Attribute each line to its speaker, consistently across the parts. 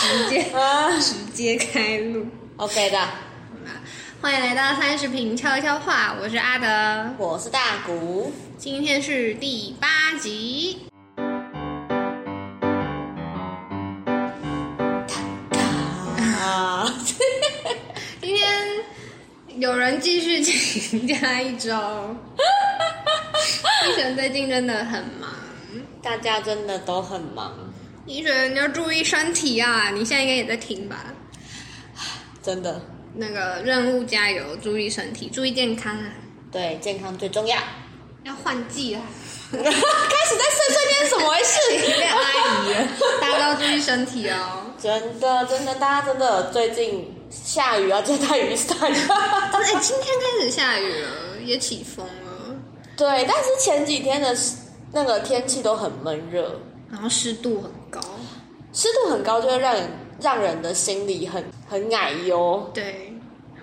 Speaker 1: 直接
Speaker 2: 啊
Speaker 1: 直接开路。
Speaker 2: ，OK 的，
Speaker 1: 欢迎来到三十平悄悄话，我是阿德，
Speaker 2: 我是大谷。
Speaker 1: 今天是第八集。
Speaker 2: 啊，
Speaker 1: 今天有人继续请假一周，医生最近真的很忙，
Speaker 2: 大家真的都很忙，
Speaker 1: 医生要注意身体啊！你现在应该也在听吧？
Speaker 2: 真的，
Speaker 1: 那个任务加油，注意身体，注意健康啊！
Speaker 2: 对健康最重要。
Speaker 1: 要换季啊！
Speaker 2: 开始在碎碎念怎么回事？
Speaker 1: 变阿姨了，大家都要注意身体哦。
Speaker 2: 真的，真的，大家真的最近下雨要借带雨伞。啊
Speaker 1: 哎，今天开始下雨了，也起风了，
Speaker 2: 对，但是前几天的那个天气都很闷热，
Speaker 1: 然后湿度很高。
Speaker 2: 湿度很高，就会让人让人的心里很很矮哟。
Speaker 1: 对，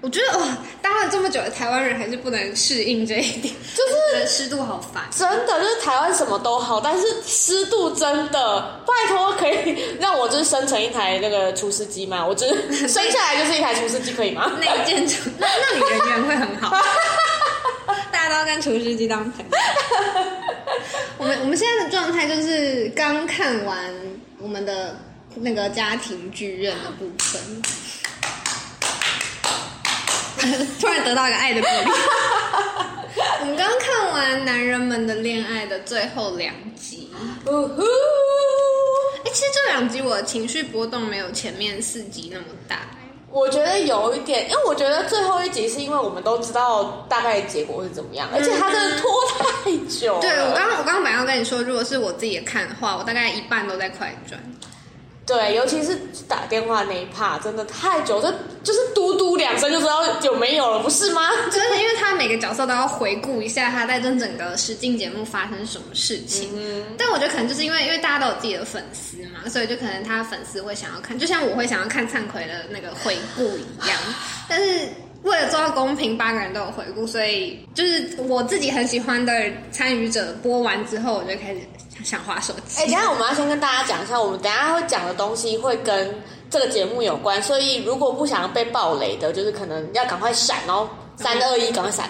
Speaker 1: 我觉得哇，搭了这么久的台湾人还是不能适应这一点，
Speaker 2: 就是
Speaker 1: 觉得湿度好烦。
Speaker 2: 真的就是台湾什么都好，但是湿度真的，拜托可以让我就是生成一台那个除湿机吗？我就是 生下来就是一台除湿机，可以吗？
Speaker 1: 那一件厨，那那你人缘会很好，大家都要跟厨师机当朋友。我们我们现在的状态就是刚看完我们的那个家庭剧院的部分， 突然得到一个爱的鼓励。我们刚看完《男人们的恋爱》的最后两集，
Speaker 2: 呜呼！
Speaker 1: 哎、其实这两集我的情绪波动没有前面四集那么大、
Speaker 2: 我觉得有一点，因为我觉得最后一集是因为我们都知道大概结果会怎么样，而且他真的拖太久了。
Speaker 1: 嗯对我刚刚我刚刚本来要跟你说，如果是我自己也看的话，我大概一半都在快转。
Speaker 2: 对，尤其是打电话那一趴，真的太久，这就是嘟嘟两声就知道有没有了，不是吗？
Speaker 1: 真的，因为他每个角色都要回顾一下他在这整个实境节目发生什么事情。但我觉得可能就是因为因为大家都有自己的粉丝嘛，所以就可能他粉丝会想要看，就像我会想要看灿奎的那个回顾一样。但是为了做到公平，八个人都有回顾，所以就是我自己很喜欢的参与者播完之后，我就开始想划手机。
Speaker 2: 哎、等一下我们要先跟大家讲一下，我们等一下会讲的东西会跟这个节目有关，所以如果不想要被暴雷的，就是可能要赶快闪哦，三二一，赶快闪。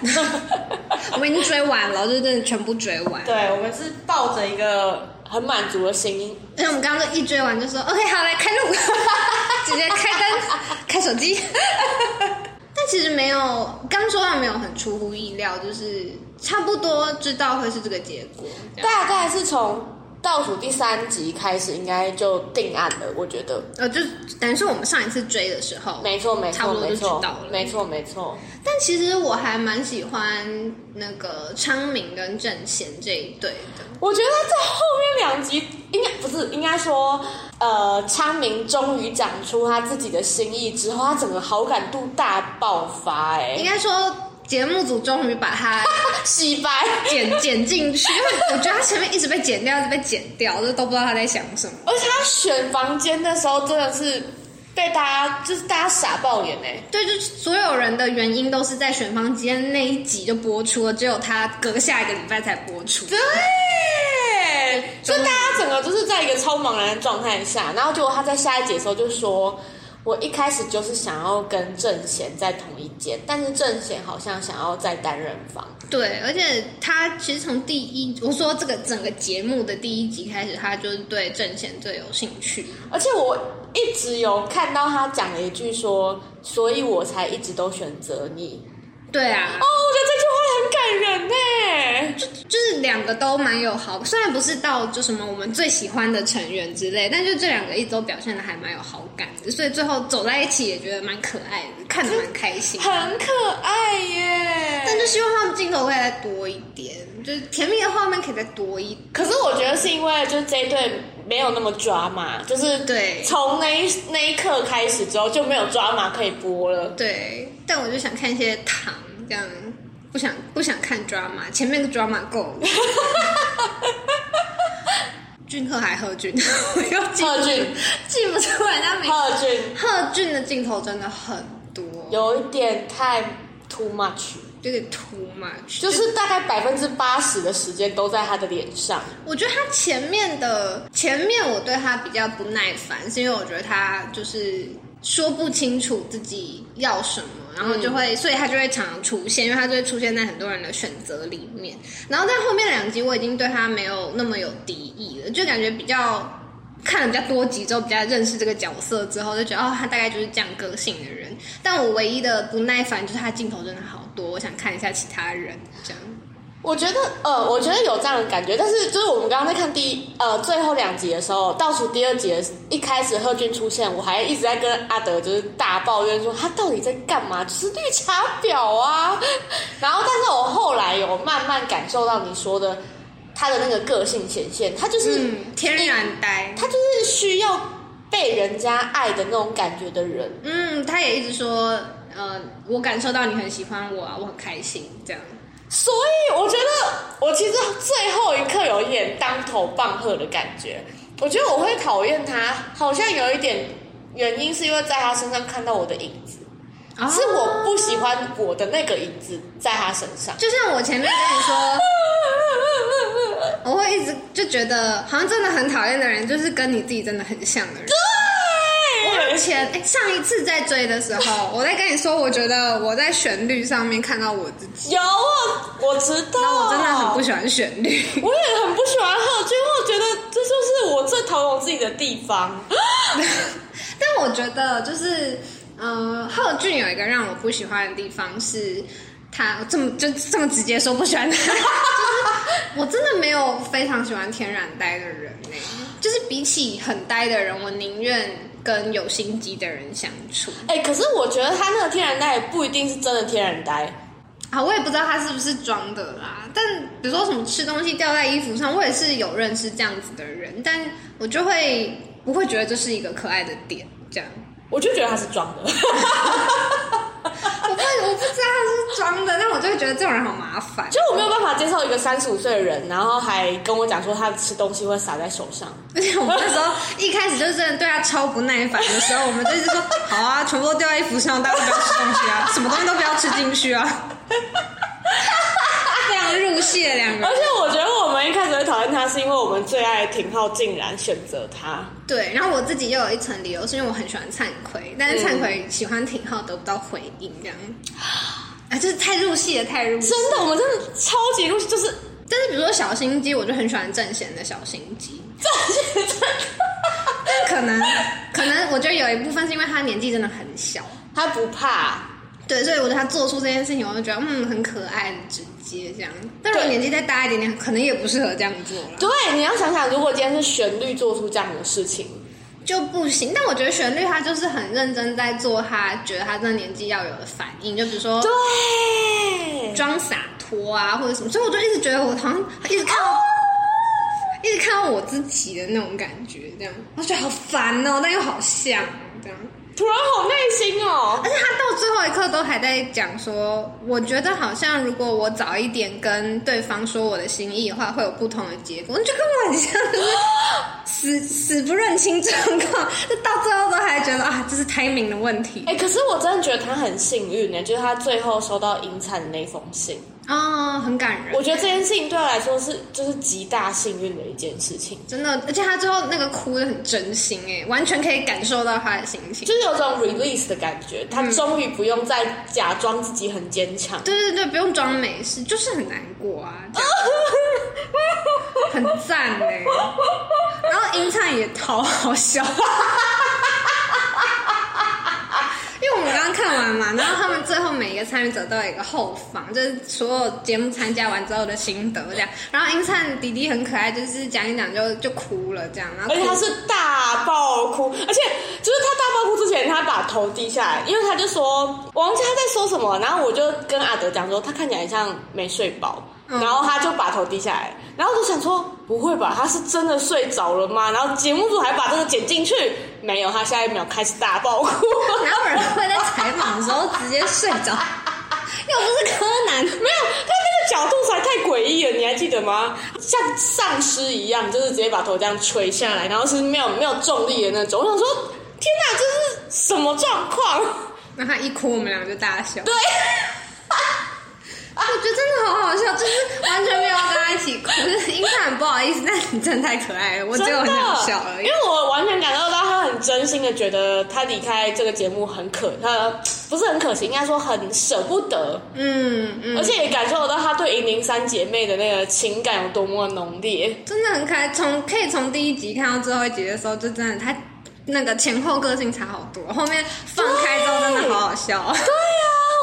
Speaker 1: 我们已经追完了，就真的全部追完。
Speaker 2: 对，我们是抱着一个 很满足的心，
Speaker 1: 而且我们刚刚就一追完就说 OK 好来开路，直接开灯，开手机。但其实没有，刚说到没有很出乎意料，就是差不多知道会是这个结果。这样
Speaker 2: 大概是从倒数第三集开始，应该就定案了，我觉得。
Speaker 1: 呃，就等于是我们上一次追的时候，
Speaker 2: 没错，没
Speaker 1: 差不
Speaker 2: 错，
Speaker 1: 多
Speaker 2: 没
Speaker 1: 就知
Speaker 2: 错
Speaker 1: 道了，。
Speaker 2: 没错，没错。
Speaker 1: 但其实我还蛮喜欢那个昌明跟郑贤这一对的。
Speaker 2: 我觉得在后面两集应该不是，应该说，呃，昌明终于讲出他自己的心意之后，他整个好感度大爆发、
Speaker 1: 应
Speaker 2: 哎，
Speaker 1: 该说节目组终于把他
Speaker 2: 洗白。
Speaker 1: 剪剪进去，因为我觉得他前面一直被剪掉，一直被剪掉，就都不知道他在想什么。
Speaker 2: 而且他选房间的时候真的是被大家就是大家傻爆眼哎、
Speaker 1: 对，就是所有人的原因都是在选房间那一集就播出了，只有他隔下一个礼拜才播出。
Speaker 2: 对，所以大家整个就是在一个超茫然的状态下，然后结果他在下一节的时候就说。我一开始就是想要跟郑贤在同一间，但是郑贤好像想要在单人房。
Speaker 1: 对，而且他其实从第一，我说这个整个节目的第一集开始，他就是对郑贤最有兴趣。
Speaker 2: 而且我一直有看到他讲了一句说，所以我才一直都选择你。
Speaker 1: 对啊
Speaker 2: 哦，，我觉得这句话很感人呢。
Speaker 1: 就就是两个都蛮有好，虽然不是到就什么我们最喜欢的成员之类，但就这两个一直都表现的还蛮有好感的，所以最后走在一起也觉得蛮可爱的，看得蛮开心的。
Speaker 2: 很可爱 耶。
Speaker 1: 但就希望他们镜头可以再多一点，就是甜蜜的画面可以再多一点。
Speaker 2: 可是我觉得是因为就是这一对没有那么抓马，就是
Speaker 1: 对
Speaker 2: 从那一那一刻开始之后就没有抓马可以播了。
Speaker 1: 对，但我就想看一些糖这样，不想不想看 drama，前面的 drama 够了。 俊赫还贺俊， 我又记不
Speaker 2: 贺俊
Speaker 1: 记不出来他名字。
Speaker 2: 贺俊
Speaker 1: 贺俊的镜头真的很多，
Speaker 2: 有一点太 too much，
Speaker 1: 有点 too much，
Speaker 2: 就是大概百分之八十的时间都在他的脸上。
Speaker 1: 我觉得他前面的前面我对他比较不耐烦，是因为我觉得他就是说不清楚自己要什么，然后就会，所以他就会常常出现，因为他就会出现在很多人的选择里面。然后在后面两集，我已经对他没有那么有敌意了，就感觉比较。看了比较多集之后，比较认识这个角色之后，就觉得哦，他大概就是这样个性的人。但我唯一的不耐烦就是他镜头真的好多，我想看一下其他人这样。
Speaker 2: 我觉得，呃，我觉得有这样的感觉，但是就是我们刚刚在看第一，呃，最后两集的时候，倒数第二集的时一开始贺军出现，我还一直在跟阿德就是大抱怨说他到底在干嘛，就是绿茶婊啊。然后，但是我后来有慢慢感受到你说的他的那个个性显现，他就是、
Speaker 1: 嗯，天然 呆。
Speaker 2: 他就是需要被人家爱的那种感觉的人。
Speaker 1: 嗯，他也一直说，呃，我感受到你很喜欢我啊，我很开心，这样。
Speaker 2: 所以我觉得我其实最后一刻有一点当头棒喝的感觉。我觉得我会讨厌他，好像有一点原因是因为在他身上看到我的影子，
Speaker 1: 哦
Speaker 2: 是我不喜欢我的那个影子在他身上。
Speaker 1: 就像我前面跟你说，我会一直就觉得，好像真的很讨厌的人，就是跟你自己真的很像的人。
Speaker 2: 对，
Speaker 1: 之前哎，上一次在追的时候，我在跟你说，我觉得我在旋律上面看到我自己，
Speaker 2: 有啊我我知道，
Speaker 1: 然后我真的很不喜欢旋律。
Speaker 2: 我也很不喜欢贺军，我觉得这就是我最讨厌我自己的 地方。
Speaker 1: 但我觉得就是，呃，贺俊有一个让我不喜欢的地方是，他这么就这么直接说不喜欢他， 就是我真的没有非常喜欢天然呆的人呢、就是比起很呆的人，我宁愿跟有心机的人相处。
Speaker 2: 哎、可是我觉得他那个天然呆也不一定是真的天然呆。
Speaker 1: 啊，我也不知道他是不是装的啦。但比如说什么吃东西掉在衣服上，我也是有认识这样子的人，但我就会不会觉得这是一个可爱的点，这样。
Speaker 2: 我就觉得他是装的，
Speaker 1: 我不我不知道他是装的，但我就会觉得这种人好麻烦。
Speaker 2: 就我没有办法接受一个三十五岁的人，然后还跟我讲说他吃东西会洒在手上。
Speaker 1: 而且我们那时候一开始就真的对他超不耐烦的时候，我们就是说，好啊，全部都掉在衣服上，大家都不要吃东西啊，什么东西都不要吃进去啊。非常入戏的两个
Speaker 2: 而
Speaker 1: 人，
Speaker 2: 且我觉得我们一开始会讨厌他，是因为我们最爱的廷浩竟然选择他。
Speaker 1: 对。然后我自己又有一层理由，是因为我很喜欢灿奎，但是灿奎喜欢挺浩得不到回应，这样。啊，就是太入戏了，太入戏。
Speaker 2: 真的，我们真的超级入戏，就是
Speaker 1: 但是比如说小心机，我就很喜欢郑贤的小心机。
Speaker 2: 这这
Speaker 1: 但可能，可能我觉得有一部分是因为他年纪真的很小，
Speaker 2: 他不怕。
Speaker 1: 对，所以我觉得他做出这件事情，我就觉得嗯很可爱、很直接这样。但如果
Speaker 2: 对
Speaker 1: 年纪再大一点点，可能也不适合这样做了，
Speaker 2: 对，你要想想，如果今天是旋律做出这样的事情，
Speaker 1: 就不行。但我觉得旋律他就是很认真在做他觉得他这个年纪要有的反应，就比如说
Speaker 2: 对，
Speaker 1: 装洒脱啊或者什么，所以我就一直觉得我好像一直看到。一直看到我自己的那种感觉，这样我觉得好烦哦，但又好像这样。
Speaker 2: 突然好内心哦。
Speaker 1: 而且他到最后一刻都还在讲说，我觉得好像如果我早一点跟对方说我的心意的话，会有不同的结果。就跟我很像，就是 死死不认清状况，就到最后都还觉得啊，这是 timing 的问题
Speaker 2: 哎、可是我真的觉得他很幸运呢、就是他最后收到银灿的那封信，
Speaker 1: 哦，很感人
Speaker 2: 我。觉得这件事情对他来说是就是极大幸运的一件事情，
Speaker 1: 真的，而且他最后那个哭的很真心哎、完全可以感受到他的心情
Speaker 2: 就。是有种 release 的感觉，他终于不用再假装自己很坚强。
Speaker 1: 对对对，不用装没事，就是很难过 啊，这样很赞哎、然后英灿也好好笑，因为我们刚刚看完嘛，然后他们最后每一个参与者都有一个后访，就是所有节目参加完之后的心得这样。然后英灿弟弟很可爱，就是讲一讲就就哭了这样，然后
Speaker 2: 而且他
Speaker 1: 哭
Speaker 2: 是大爆哭，而且就是他大爆哭之前，他把头低下来，因为他就说我忘记他在说什么，然后我就跟阿德讲说他看起来很像没睡饱，
Speaker 1: 嗯
Speaker 2: 然后他就把头低下来，然后我就想说不会吧，他是真的睡着了吗？然后节目组还把这个剪进去，没有，他下一秒开始大爆哭，
Speaker 1: 哪有人会在采访的时候直接睡着？又不是柯南，
Speaker 2: 没有，他那个角度实在太诡异了，你还记得吗？像丧尸一样，就是直接把头这样垂下来，然后是没有没有重力的那种。我想说，天哪，这是什么状况？
Speaker 1: 那他一哭，我们俩就大笑。
Speaker 2: 对，
Speaker 1: 我觉得真的好好笑，就是完全没有要跟他一起哭，就是因为他很不好意思，但你真的太可爱了，我只有
Speaker 2: 真
Speaker 1: 很
Speaker 2: 的
Speaker 1: 想笑欸而
Speaker 2: 因
Speaker 1: 已
Speaker 2: 为。我完全感受到他很真心的觉得他离开这个节目很可，呃，不是很可惜，应该说很舍不得，
Speaker 1: 嗯嗯，
Speaker 2: 而且也感受得到他对银铃三姐妹的那个情感有多么浓烈。
Speaker 1: 真的很可爱。从可以从第一集看到最后一集的时候，就真的他那个前后个性差好多，后面放开之后真的好好笑。
Speaker 2: 啊，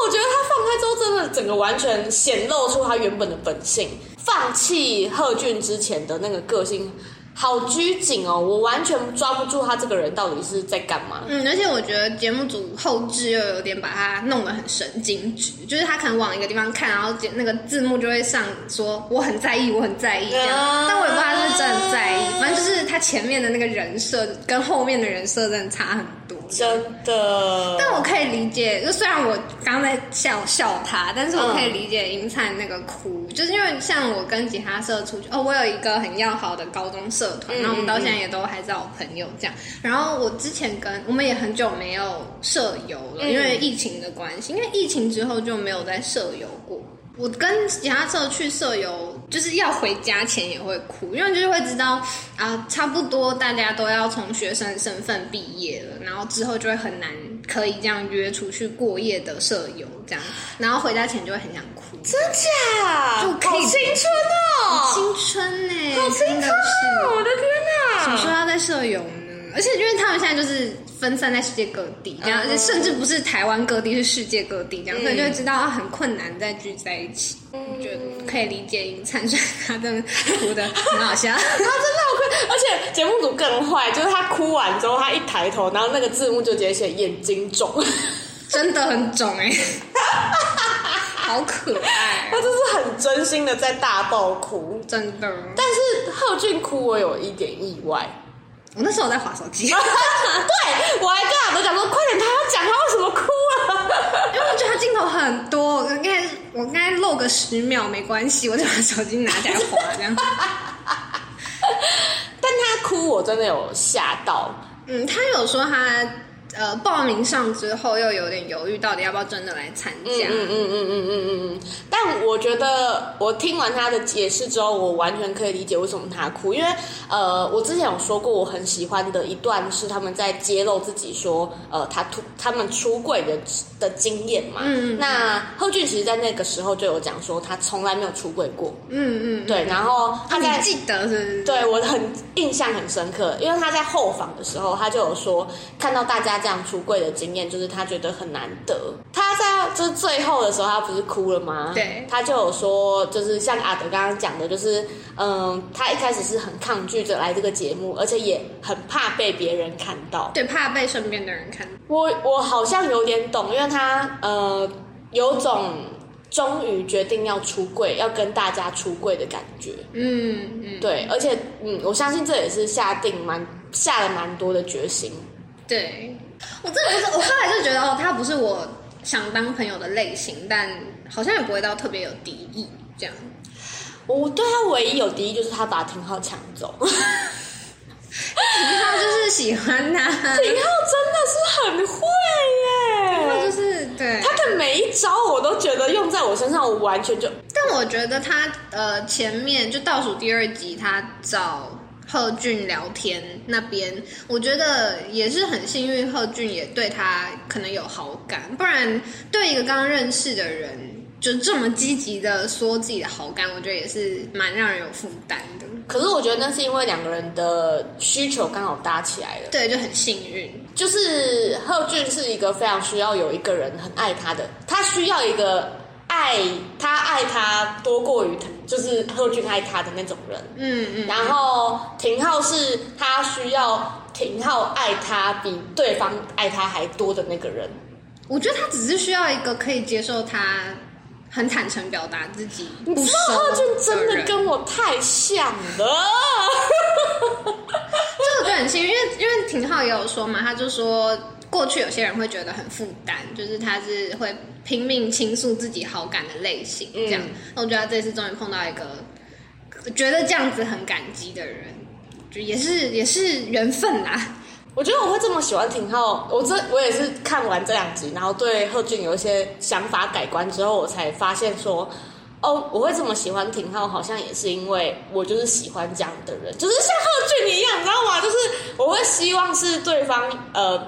Speaker 2: 我觉得他放开之后，真的整个完全显露出他原本的本性，放弃贺俊之前的那个个性。好拘谨哦，我完全抓不住他这个人到底是在干嘛。
Speaker 1: 嗯，而且我觉得节目组后置又有点把它弄得很神经质，就是他可能往一个地方看，然后那个字幕就会上说我很在意，我很在意这样，
Speaker 2: 啊
Speaker 1: 但我也不知道他是不是真的在意，反正就是他前面的那个人设跟后面的人设真的差很多。
Speaker 2: 真的，
Speaker 1: 但我可以理解，就虽然我刚刚在笑笑他，但是我
Speaker 2: 嗯
Speaker 1: 可以理解银灿那个哭，就是因为像我跟吉他社出去，哦，我有一个很要好的高中社团，
Speaker 2: 嗯
Speaker 1: 然后我们到现在也都还是好朋友这样。然后我之前跟我们也很久没有社游了，
Speaker 2: 嗯
Speaker 1: 因为疫情的关系，因为疫情之后就没有再社游过。我跟吉他社去社游，就是要回家前也会哭，因为就是会知道啊，差不多大家都要从学生身份毕业了，然后之后就会很难可以这样约出去过夜的舍友这样，然后回家前就会很想哭，
Speaker 2: 真假？
Speaker 1: 就可
Speaker 2: 好
Speaker 1: 以
Speaker 2: 青春哦！
Speaker 1: 青春呢、欸
Speaker 2: 好青
Speaker 1: 真
Speaker 2: 春
Speaker 1: 的
Speaker 2: 哦！
Speaker 1: 是
Speaker 2: 我的天
Speaker 1: 什么时候
Speaker 2: 哪！
Speaker 1: 要在舍友呢？而且因为他们现在就是分散在世界各地，这样，而且甚至不是台湾各地，是世界各地这样，所以就会知道啊很困难再聚在一起。我觉得可以理解尹灿虽然他真的哭的很好笑。
Speaker 2: 他真的好哭，而且节目组更坏，就是他哭完之后，他一抬头，然后那个字幕就直接写眼睛肿，
Speaker 1: 真的很肿哎、好可爱
Speaker 2: 他
Speaker 1: 哦，
Speaker 2: 就是很真心的在大爆哭。
Speaker 1: 真的。
Speaker 2: 但是贺俊哭，我有一点意外。
Speaker 1: 我那时候在划手机，因
Speaker 2: 对，我还跟耳朵讲说，快点，他要讲他为什么哭啊？
Speaker 1: 为我觉得它镜头很多，我应该我应该漏个十秒没关系，我就把手机拿起来划这样。
Speaker 2: 但他哭，我真的有吓到。
Speaker 1: 嗯，他有说他呃报名上之后又有点犹豫，到底要不要真的来参加。
Speaker 2: 嗯嗯嗯嗯嗯嗯嗯。但我觉得我听完他的解释之后，我完全可以理解为什么他哭，因为呃，我之前有说过，我很喜欢的一段是他们在揭露自己说呃，他出他们出柜的的经验嘛。
Speaker 1: 嗯嗯嗯
Speaker 2: 那贺俊其实，在那个时候就有讲说，他从来没有出柜过。
Speaker 1: 嗯嗯，
Speaker 2: 对，然后他在
Speaker 1: 你记得是不是？
Speaker 2: 对我很印象很深刻，因为他在后访的时候，他就有说看到大家这样出柜的经验，就是他觉得很难得。他在就是最后的时候，他不是哭了吗？
Speaker 1: 对
Speaker 2: 他就有说，就是像阿德刚刚讲的，就是嗯，他一开始是很抗拒的来这个节目，而且也很怕被别人看到。
Speaker 1: 对，怕被身边的人看。
Speaker 2: 我我好像有点懂，因为他呃有种终于决定要出柜，要跟大家出柜的感觉。
Speaker 1: 嗯嗯，
Speaker 2: 对，而且嗯，我相信这也是下定蛮下了蛮多的决心。
Speaker 1: 对，我真的不是，我后来就觉得哦，他不是我想当朋友的类型，但好像也不会到特别有敌意这样。
Speaker 2: 我对他唯一有敌意就是他把廷浩抢走， 廷浩
Speaker 1: 然后就是喜欢他，
Speaker 2: 真的是很会
Speaker 1: 然后
Speaker 2: 耶，
Speaker 1: 就是对。
Speaker 2: 他的每一招我都觉得用在我身上，我完全就
Speaker 1: 但我觉得他呃前面就倒数第二集，他找贺俊聊天那边，我觉得也是很幸运，贺俊也对他可能有好感，不然对一个刚认识的人就这么积极的说自己的好感，我觉得也是蛮让人有负担的。
Speaker 2: 可是我觉得那是因为两个人的需求刚好搭起来了。
Speaker 1: 对，就很幸运。
Speaker 2: 就是贺俊是一个非常需要有一个人很爱他的，他需要一个爱他爱他多过于他就是贺俊爱他的那种人。
Speaker 1: 嗯嗯，
Speaker 2: 然后廷浩是他需要廷浩爱他比对方爱他还多的那个人。
Speaker 1: 我觉得他只是需要一个可以接受他很坦诚表达自己不
Speaker 2: 你知
Speaker 1: 收
Speaker 2: 道贺俊真的
Speaker 1: 人
Speaker 2: 跟我太像了，
Speaker 1: 这个就很幸运，因为因为廷浩也有说嘛，他就说过去有些人会觉得很负担，就是他是会拼命倾诉自己好感的类型，这样。那、我觉得他这次终于碰到一个觉得这样子很感激的人，就也是也是缘分啦。
Speaker 2: 我觉得我会这么喜欢廷浩，我这我也是看完这两集，然后对贺俊有一些想法改观之后，我才发现说，哦，我会这么喜欢廷浩，好像也是因为我就是喜欢这样的人，就是像贺俊一样，你知道吗？就是我会希望是对方呃。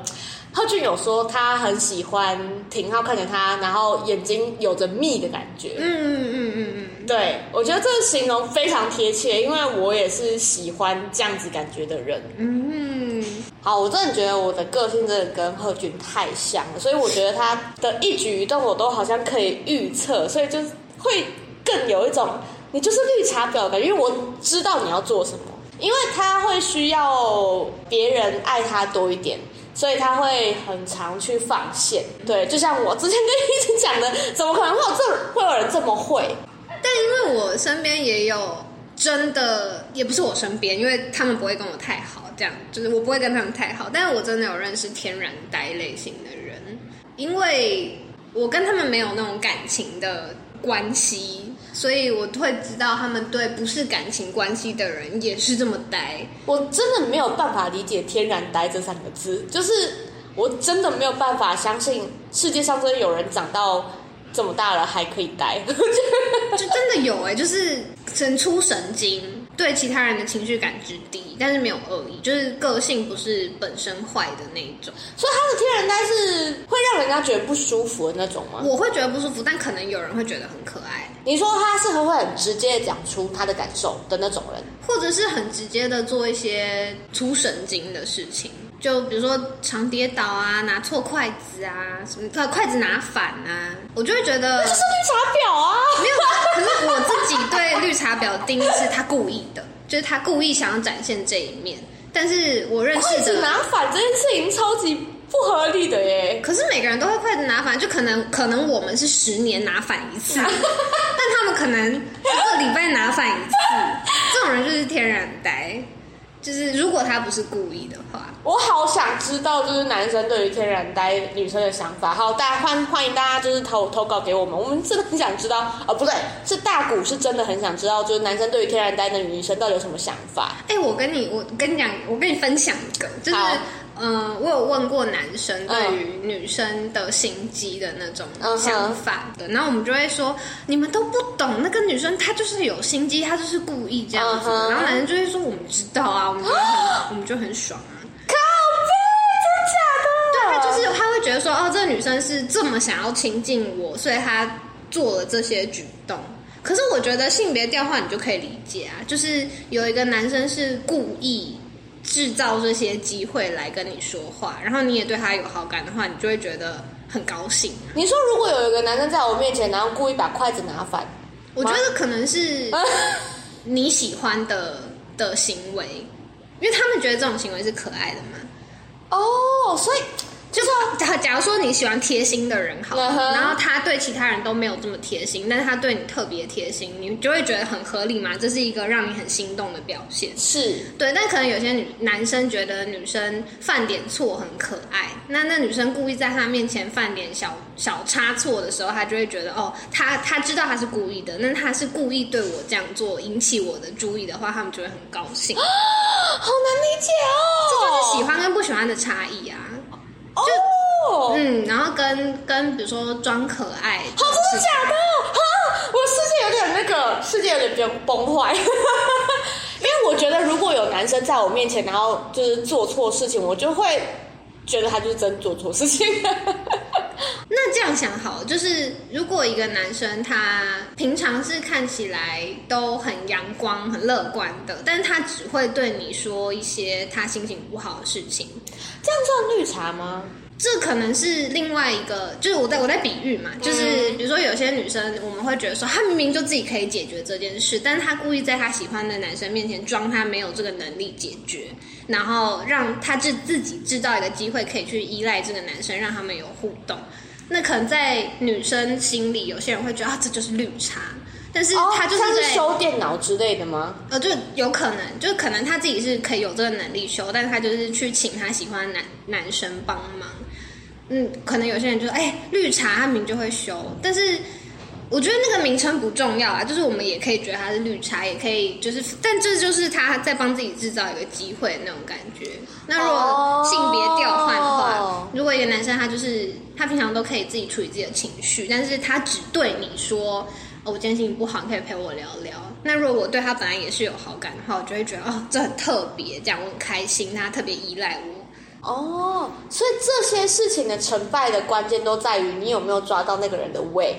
Speaker 2: 贺俊有说他很喜欢廷浩，看着他，然后眼睛有着蜜的感觉。
Speaker 1: 嗯嗯嗯嗯嗯。
Speaker 2: 对，我觉得这个形容非常贴切，因为我也是喜欢这样子感觉的人。
Speaker 1: 嗯，
Speaker 2: 好，我真的觉得我的个性真的跟贺军太像了，所以我觉得他的一举一动我都好像可以预测，所以就是会更有一种你就是绿茶婊的感觉，因为我知道你要做什么，因为他会需要别人爱他多一点。所以他会很常去放线，对，就像我之前跟一直讲的，怎么可能会有这会有人这么会？
Speaker 1: 但因为我身边也有真的，也不是我身边，因为他们不会跟我太好，这样就是我不会跟他们太好。但是我真的有认识天然呆类型的人，因为我跟他们没有那种感情的关系，所以我会知道他们对不是感情关系的人也是这么呆。
Speaker 2: 我真的没有办法理解“天然呆”这三个字，就是我真的没有办法相信世界上真的有人长到这么大了还可以呆。
Speaker 1: 就真的有哎、就是神出神经，对其他人的情绪感知低，但是没有恶意，就是个性不是本身坏的那一种。
Speaker 2: 所以他的天然呆是会让人家觉得不舒服的那种吗？
Speaker 1: 我会觉得不舒服，但可能有人会觉得很可爱，
Speaker 2: 你说他是很会很直接的讲出他的感受的那种人，
Speaker 1: 或者是很直接的做一些出神经的事情，就比如说常跌倒啊，拿错筷子啊，什么呃筷子拿反啊，我就会觉得
Speaker 2: 这是绿茶婊啊！
Speaker 1: 没有。可是我自己对绿茶婊的定义是他故意的，就是他故意想要展现这一面。但是我认识
Speaker 2: 筷
Speaker 1: 的
Speaker 2: 子拿反这件事情超级不合理的耶！
Speaker 1: 可是每个人都会筷子拿反，就可能可能我们是十年拿反一 次，但他们可能一个礼拜拿反一次，这种人就是天然呆。就是如果他不是故意的话，
Speaker 2: 我好想知道，就是男生对于天然呆女生的想法。好，大家欢欢迎大家就是投投稿给我们，我们真的很想知道。哦，不对，是大谷是真的很想知道，就是男生对于天然呆的女生到底有什么想法。
Speaker 1: 哎、我跟你我跟你讲，我跟你分享一个，就是
Speaker 2: 好
Speaker 1: 嗯、呃我有问过男生对于女生的心机的那种
Speaker 2: 嗯哼
Speaker 1: 想法的，然后我们就会说你们都不懂，那个女生她就是有心机，她就是故意这样子
Speaker 2: 嗯
Speaker 1: 的。
Speaker 2: 哼
Speaker 1: 然后男生就会说我们知道啊，我们就很 我们就很爽啊。
Speaker 2: 靠背，真假
Speaker 1: 他
Speaker 2: 的？
Speaker 1: 就是他会觉得说，哦，这个女生是这么想要亲近我，所以她做了这些举动。可是我觉得性别调换你就可以理解啊，就是有一个男生是故意制造这些机会来跟你说话，然后你也对他有好感的话，你就会觉得很高兴。啊
Speaker 2: 你说如果有一个男生在我面前，然后故意把筷子拿反，
Speaker 1: 我觉得可能是
Speaker 2: 啊
Speaker 1: 你喜欢的的行为，因为他们觉得这种行为是可爱的嘛。
Speaker 2: 哦，所以
Speaker 1: 就是假假如说你喜欢贴心的人好了
Speaker 2: 嗯哼
Speaker 1: 然后他对其他人都没有这么贴心，但是他对你特别贴心，你就会觉得很合理嘛，这是一个让你很心动的表现。
Speaker 2: 是
Speaker 1: 对，但可能有些女男生觉得女生犯点错很可爱，那那女生故意在他面前犯点小小差错的时候，他就会觉得哦，他他知道他是故意的，那他是故意对我这样做，引起我的注意的话，他们就会很高兴。
Speaker 2: 哦好难理解哦，
Speaker 1: 这就是喜欢跟不喜欢的差异啊。
Speaker 2: 哦，
Speaker 1: 嗯，然后跟跟比如说装可爱，
Speaker 2: 好，真的假的？啊，我世界有点那个，世界有点崩崩坏。 因为我觉得，如果有男生在我面前，然后就是做错事情，我就会觉得他就是真做错事情。
Speaker 1: 那这样想好了，就是如果一个男生他平常是看起来都很阳光、很乐观的，但是他只会对你说一些他心情不好的事情，
Speaker 2: 这样算绿茶吗？
Speaker 1: 这可能是另外一个，就是我在我在比喻嘛，
Speaker 2: 嗯
Speaker 1: 就是比如说有些女生，我们会觉得说她明明就自己可以解决这件事，但是她故意在她喜欢的男生面前装她没有这个能力解决，然后让她自自己制造一个机会可以去依赖这个男生，让他们有互动。那可能在女生心里，有些人会觉得啊，这就是绿茶，但是
Speaker 2: 哦，
Speaker 1: 她就是
Speaker 2: 像是
Speaker 1: 在、
Speaker 2: 修电脑之类的吗？
Speaker 1: 呃，就有可能，就是可能他自己是可以有这个能力修，但是他就是去请他喜欢的男男生帮忙。嗯，可能有些人就说，哎、绿茶他明就会修，但是我觉得那个名称不重要啊，就是我们也可以觉得他是绿茶，也可以就是，但这就是他在帮自己制造一个机会的那种感觉。那如果性别调换的话
Speaker 2: 哦
Speaker 1: 如果一个男生他就是他平常都可以自己处理自己的情绪，但是他只对你说。哦，我今天心情不好，你可以陪我聊聊。那如果我对他本来也是有好感的话，我就会觉得哦，这很特别，这样我很开心，他特别依赖我。
Speaker 2: 哦，所以这些事情的成败的关键都在于你有没有抓到那个人的胃。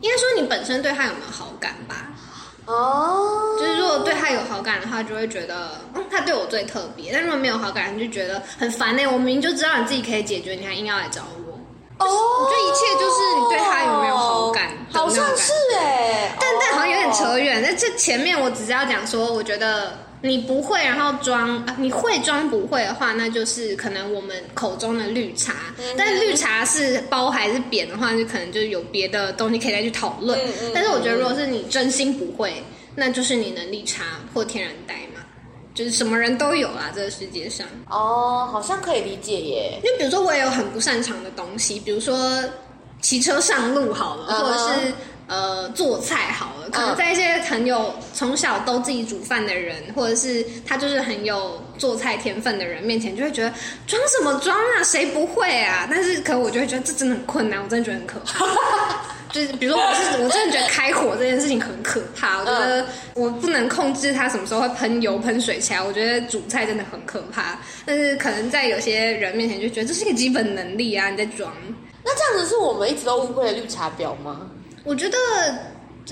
Speaker 1: 应该说你本身对他有没有好感吧？
Speaker 2: 哦，
Speaker 1: 就是如果对他有好感的话，就会觉得嗯，他对我最特别；但如果没有好感，你就觉得很烦呢、欸我明明就知道你自己可以解决，你还硬要来找我。
Speaker 2: 哦，
Speaker 1: 我觉得一切就是你对他有没有好感的那
Speaker 2: 好
Speaker 1: 种
Speaker 2: 像
Speaker 1: 感
Speaker 2: 是
Speaker 1: 觉
Speaker 2: 哎、
Speaker 1: 但但好像有点
Speaker 2: 哦
Speaker 1: 扯远。那这前面我只是要讲说，我觉得你不会，然后装，啊你会装不会的话，那就是可能我们口中的绿茶。
Speaker 2: 嗯
Speaker 1: 但绿茶是包还是扁的话，就可能就有别的东西可以再去讨论。
Speaker 2: 嗯嗯
Speaker 1: 但是我觉得，如果是你真心不会，那就是你能力差或天然呆嘛，就是什么人都有啦，这个世界上。
Speaker 2: 哦，好像可以理解耶。
Speaker 1: 因为比如说我也有很不擅长的东西，比如说骑车上路好了，
Speaker 2: 嗯哼
Speaker 1: 或者是呃做菜好了，可
Speaker 2: 嗯
Speaker 1: 能在一些很有从小都自己煮饭的人，或者是他就是很有做菜天分的人面前，就会觉得装什么装啊，谁不会啊？但是可能我就会觉得这真的很困难，我真的觉得很可怕。就是比如说，我是我真的觉得开火这件事情很可怕，我觉得我不能控制它什么时候会喷油喷水起来。我觉得煮菜真的很可怕，但是可能在有些人面前就觉得这是一个基本能力啊，你在装。
Speaker 2: 那这样子是我们一直都误会的绿茶婊吗？
Speaker 1: 我觉得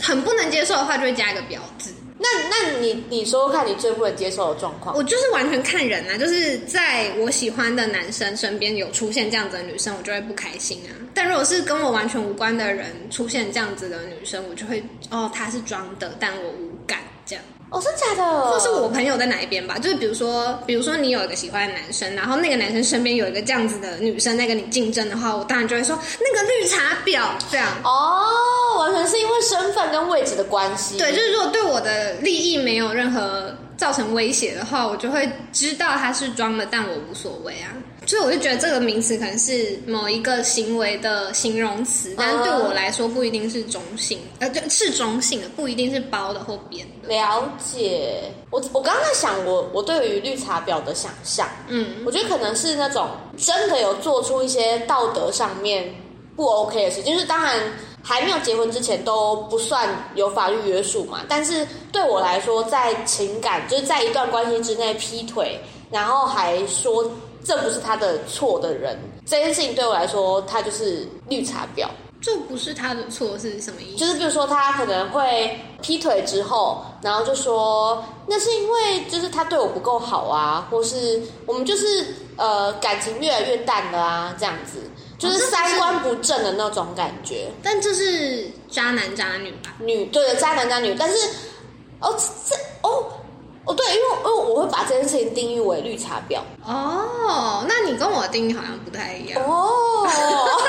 Speaker 1: 很不能接受的话，就会加一个“婊”字。
Speaker 2: 那那你你说说看你最不能接受的状况。
Speaker 1: 我就是完全看人啊，就是在我喜欢的男生身边有出现这样子的女生，我就会不开心啊。但如果是跟我完全无关的人出现这样子的女生，我就会哦，她是装的，但我无感这样。
Speaker 2: 哦，真假的？
Speaker 1: 或是我朋友在哪一边吧，就是比如说，比如说你有一个喜欢的男生，然后那个男生身边有一个这样子的女生在跟你竞争的话，我当然就会说那个绿茶婊这样。
Speaker 2: 哦，完全是因为身份跟位置的关系。
Speaker 1: 对，就是如果对我的利益没有任何造成威胁的话，我就会知道他是装的，但我无所谓啊。所以我就觉得这个名词可能是某一个行为的形容词，但是对我来说不一定是中性，呃，就是中性的，不一定是包的或扁的。
Speaker 2: 了解。我我刚刚在想我我对于绿茶婊的想象，
Speaker 1: 嗯，
Speaker 2: 我觉得可能是那种真的有做出一些道德上面不 OK 的事，就是当然还没有结婚之前都不算有法律约束嘛。但是对我来说，在情感就是在一段关系之内劈腿，然后还说这不是他的错的人，这件事情对我来说，他就是绿茶婊。
Speaker 1: 这不是他的错是什么意思？
Speaker 2: 就是比如说他可能会劈腿之后，然后就说那是因为就是他对我不够好啊，或是我们就是呃感情越来越淡了啊，这样子，就是
Speaker 1: 这不是
Speaker 2: 三观不正的那种感觉。
Speaker 1: 但这是渣男渣女吧？
Speaker 2: 女对的渣男渣女，但是哦这哦哦对，因为因为我会把这件事情定义为绿茶婊
Speaker 1: 哦，那你跟我的定义好像不太一样，
Speaker 2: 哦。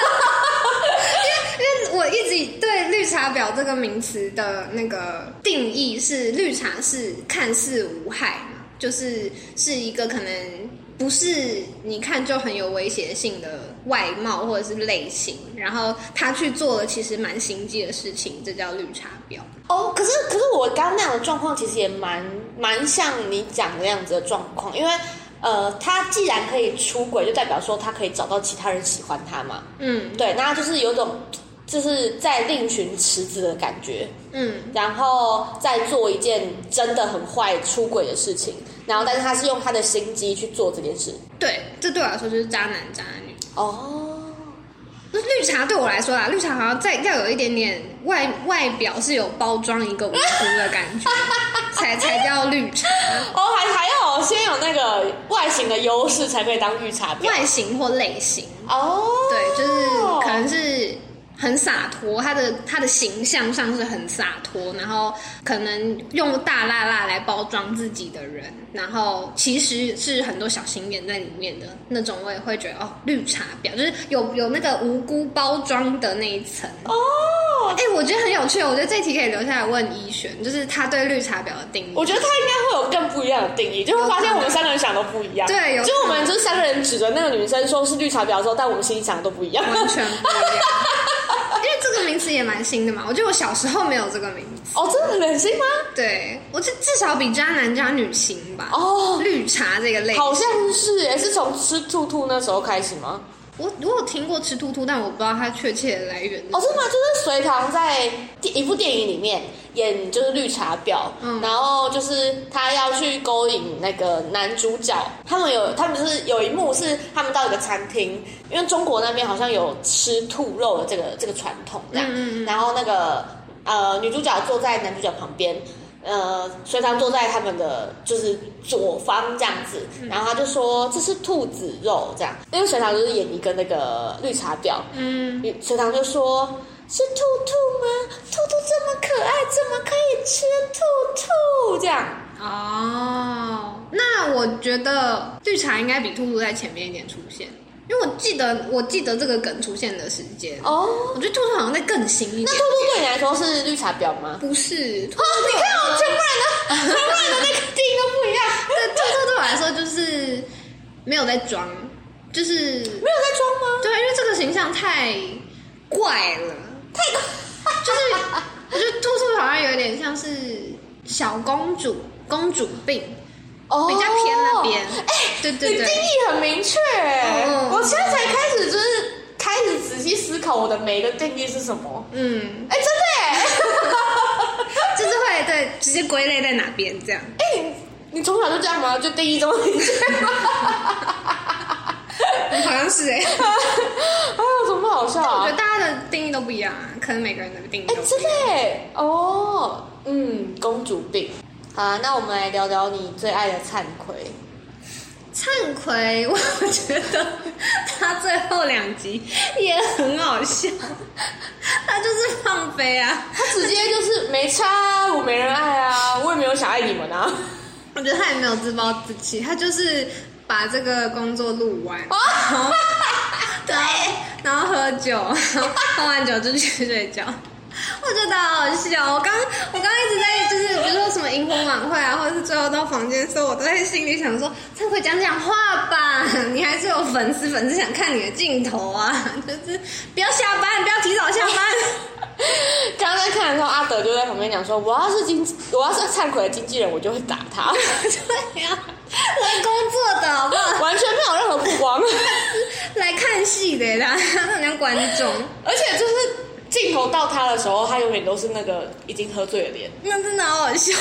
Speaker 1: 因为我一直对“绿茶婊”这个名词的那个定义是，绿茶是看似无害嘛，就是是一个可能不是你看就很有威胁性的外貌或者是类型，然后他去做了其实蛮心机的事情，这叫绿茶婊。
Speaker 2: 哦，可是可是我刚刚那样的状况其实也蛮蛮像你讲的那样子的状况，因为呃，他既然可以出轨，就代表说他可以找到其他人喜欢他嘛。
Speaker 1: 嗯
Speaker 2: 对，那就是有种就是在另寻池子的感觉，
Speaker 1: 嗯，
Speaker 2: 然后再做一件真的很坏出轨的事情，然后但是他是用他的心机去做这件事。
Speaker 1: 对，这对我来说就是渣男渣女。
Speaker 2: 哦，
Speaker 1: 那绿茶对我来说啦，绿茶好像再要有一点点外外表是有包装一个无辜的感觉，才才叫绿茶，
Speaker 2: 哦，还还要先有那个外形的优势才可以当绿茶婊。
Speaker 1: 外形或类型，
Speaker 2: 哦，
Speaker 1: 对，就是可能是很洒脱，他的他的形象上是很洒脱，然后可能用大辣辣来包装自己的人，然后其实是很多小心眼在里面的那种，我也会觉得哦，绿茶婊就是有有那个无辜包装的那一层。
Speaker 2: 哦，
Speaker 1: 哎、我觉得很有趣，我觉得这题可以留下来问医璇，就是他对绿茶婊的定义。
Speaker 2: 我觉得他应该会有更不一样的定义，就会发现我们三个人想都不一样。
Speaker 1: 对有
Speaker 2: 就我们就是三个人指着那个女生说是绿茶婊的时候，但我们心里想的都不一样。
Speaker 1: 完全不一样，因为这个名词也蛮新的嘛。我觉得我小时候没有这个名字，
Speaker 2: 哦，真的很冷静吗？
Speaker 1: 对我至至少比渣男渣女新吧。
Speaker 2: 哦
Speaker 1: 绿茶这个类，
Speaker 2: 好像是耶，是从吃兔兔那时候开始吗？
Speaker 1: 我我有听过吃兔兔，但我不知道它确切的来源。
Speaker 2: 哦，真的吗就是隋唐在一部电影里面演就是绿茶婊，
Speaker 1: 嗯
Speaker 2: 然后就是他要去勾引那个男主角，他们有他们就是有一幕是他们到一个餐厅，因为中国那边好像有吃兔肉的这个这个传统这样，
Speaker 1: 嗯嗯嗯
Speaker 2: 然后那个呃女主角坐在男主角旁边。呃，隋唐坐在他们的就是左方这样子，
Speaker 1: 嗯
Speaker 2: 然后他就说这是兔子肉这样，因为隋唐就是演一个那个绿茶婊，
Speaker 1: 嗯，
Speaker 2: 隋唐就说：“是兔兔吗？兔兔这么可爱，怎么可以吃兔兔？”这样，
Speaker 1: 哦，那我觉得绿茶应该比兔兔在前面一点出现，因为我记得我记得这个梗出现的时间，
Speaker 2: 哦，
Speaker 1: 我觉得兔兔好像在更新一点
Speaker 2: 那兔。兔对你来说是绿茶婊吗？
Speaker 1: 不是，兔
Speaker 2: 哦，
Speaker 1: 兔
Speaker 2: 你看我全部人的，全部人的那个定义都不一样，
Speaker 1: 对兔兔对我来说就是没有在装，就是
Speaker 2: 没有在装吗？
Speaker 1: 对，啊因为这个形象太怪了，
Speaker 2: 太
Speaker 1: 就是我觉得兔兔好像有点像是小公主公主病，
Speaker 2: 哦
Speaker 1: 比较偏那边。
Speaker 2: 哎、
Speaker 1: 对
Speaker 2: 你
Speaker 1: 对
Speaker 2: 定
Speaker 1: 对，
Speaker 2: 义很明确、
Speaker 1: 嗯
Speaker 2: 我现在才开始就是开始仔细思考我的每一个定义是什么。
Speaker 1: 嗯，
Speaker 2: 哎、真的哎、
Speaker 1: 就是会对直接归类在哪边这样。
Speaker 2: 哎、你你从小就这样吗？就定义这么明 确？
Speaker 1: 好像是哎、
Speaker 2: 哎呦，怎么那么好笑
Speaker 1: 我
Speaker 2: 啊
Speaker 1: 觉得？大家的定义都不一样啊，可能每个人的定义
Speaker 2: 哎、
Speaker 1: 都不一
Speaker 2: 真
Speaker 1: 样。
Speaker 2: 的耶哦，嗯，公主病。好啊，那我们来聊聊你最爱的灿葵。
Speaker 1: 灿奎，我觉得他最后两集也很好笑，他就是放飞啊。
Speaker 2: 他直接就是没差啊，我没人爱啊，我也没有想爱你们啊。
Speaker 1: 我觉得他也没有自暴自弃，他就是把这个工作录完，然后然后然后喝酒，然后喝完酒就去睡觉。我觉得好好笑，我刚我刚一直在就是比如说什么萤火晚会啊，或者是最后到房间的时候，我都在心里想说，忏悔讲讲话吧，你还是有粉丝，粉丝想看你的镜头啊，就是不要下班，不要提早下班。
Speaker 2: 刚刚在看的时候，阿德就在旁边讲说：“我要是经，我要是灿葵的经纪人，我就会打他。
Speaker 1: 对 呀、来工作的好不好？”
Speaker 2: 完全没有任何曝光，
Speaker 1: 来看戏的， 他他很像观众，
Speaker 2: 而且就是镜头到他的时候，他永远都是那个已经喝醉的脸。
Speaker 1: 那真的好好笑。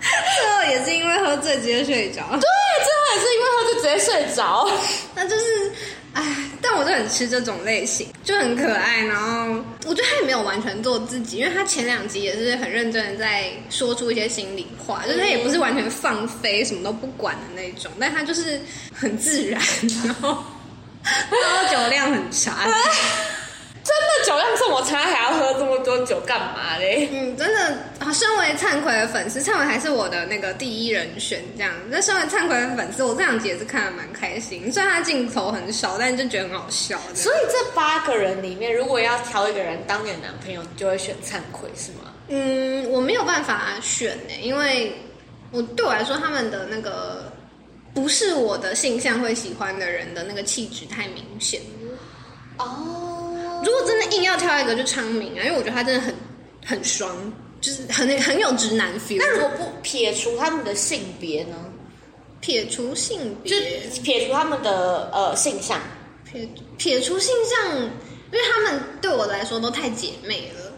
Speaker 1: 最后也是因为喝醉直接睡着，
Speaker 2: 对，最后也是因为他就直接睡着。
Speaker 1: 那就是，唉，但我就很吃这种类型，就很可爱。然后我觉得他也没有完全做自己，因为他前两集也是很认真的在说出一些心里话，就是他也不是完全放飞，什么都不管的那种，但他就是很自然，然后然后酒量很差。
Speaker 2: 真的酒量这么差，还要喝这么多酒干嘛嘞？
Speaker 1: 嗯，真的，啊身为灿奎的粉丝，灿奎还是我的那个第一人选。这样，那身为灿奎的粉丝，我这两集也是看得蛮开心。虽然他镜头很少，但就觉得很好笑。
Speaker 2: 所以这八个人里面，如果要挑一个人当你的男朋友，你就会选灿葵是吗？
Speaker 1: 嗯，我没有办法选呢、因为嗯我对我来说，他们的那个嗯不是我的性向会喜欢的人的那个气质太明显。
Speaker 2: 哦，
Speaker 1: 如果真的硬要挑一个，就昌明啊，因为我觉得他真的很很双，就是很很有直男 feel。
Speaker 2: 那如果不撇除他们的性别呢？
Speaker 1: 撇除性别，
Speaker 2: 就撇除他们的呃性向，
Speaker 1: 撇撇除性向，因为他们对我来说都太姐妹了，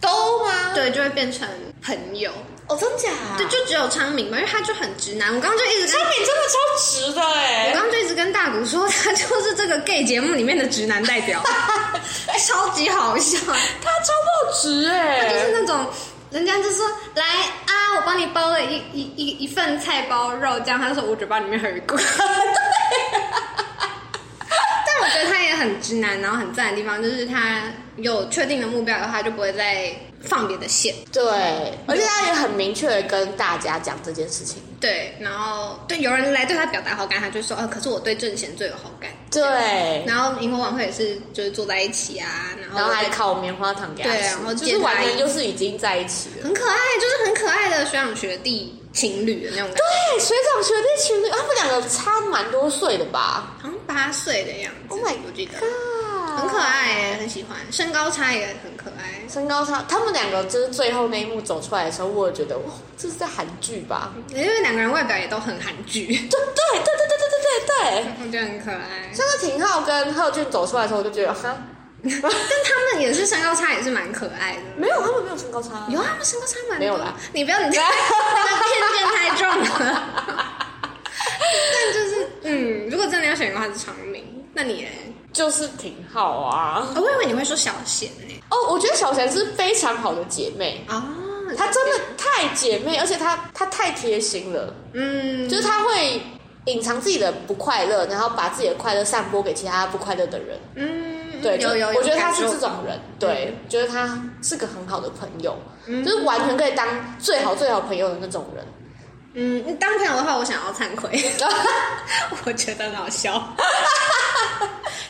Speaker 2: 都吗？，
Speaker 1: 对，就会变成朋友。
Speaker 2: 哦，真假、
Speaker 1: 对，就只有昌明嘛，因为他就很直男。我刚刚就一直
Speaker 2: 昌
Speaker 1: 跟，
Speaker 2: 明真的超直 的
Speaker 1: 我
Speaker 2: 哎、
Speaker 1: 刚刚就一直跟大谷说，他就是这个 gay 节目里面的直男代表，超级好笑。
Speaker 2: 他超爆直哎、
Speaker 1: 就是那 种人家就说来啊，我帮你包了一一一一份菜包肉，这样他就说我嘴巴里面还有一 个。但我觉得他也很直男，然后很赞的地方就是他有确定的目标的话，就不会再放别的线。
Speaker 2: 对，而且他也很明确的跟大家讲这件事情。
Speaker 1: 对，然后对有人来对他表达好感，他就说哦，可是我对正贤最有好感。
Speaker 2: 对，
Speaker 1: 然后萤火晚会也是就是坐在一起啊，然后
Speaker 2: 然后还烤棉花糖给他吃，
Speaker 1: 对然后
Speaker 2: 就
Speaker 1: 借
Speaker 2: 是
Speaker 1: 他
Speaker 2: 完
Speaker 1: 衣
Speaker 2: 全就是已经在一起了。
Speaker 1: 很可爱，就是很可爱的学长学弟情侣的那种感觉，
Speaker 2: 对，学长哎学弟情侣，他们两个差蛮多岁的吧？
Speaker 1: 好像八岁的样子
Speaker 2: Oh my
Speaker 1: 我记得。很
Speaker 2: 很
Speaker 1: 可爱耶、很喜欢，身高差也很可爱。
Speaker 2: 身高差，他们两个就是最后那一幕走出来的时候，我也觉得哇，这是在韩剧吧？
Speaker 1: 因为两个人外表也都很韩剧，
Speaker 2: 对对对对对对对对对，
Speaker 1: 我觉得很可爱。
Speaker 2: 像是廷浩跟贺俊走出来的时候，我就觉得哈，
Speaker 1: 但他们也是身高差，也是蛮可爱的。
Speaker 2: 没有，他们没有身高差啊。
Speaker 1: 有啊，他们身高差蛮多
Speaker 2: 没有啦，
Speaker 1: 你不要 你这那个偏见太重了。但就是嗯，如果真的要选的话是长明，那你嘞？
Speaker 2: 就是廷浩啊。
Speaker 1: 哦我以为你会说小贤呢。
Speaker 2: 哦，我觉得小贤是非常好的姐妹，
Speaker 1: 哦，
Speaker 2: 她真的太姐妹，而且她她太贴心了，
Speaker 1: 嗯，
Speaker 2: 就是她会隐藏自己的不快乐，然后把自己的快乐散播给其他不快乐的人。
Speaker 1: 嗯，
Speaker 2: 对，
Speaker 1: 有
Speaker 2: 就
Speaker 1: 有有，
Speaker 2: 我觉得他
Speaker 1: 感
Speaker 2: 是
Speaker 1: 受嗯
Speaker 2: 这种人，对，觉得他是个很好的朋友，就是完全可以当最好最好朋友的那种人。
Speaker 1: 嗯，你当朋友的话，我想要惭愧， 我觉得很好笑，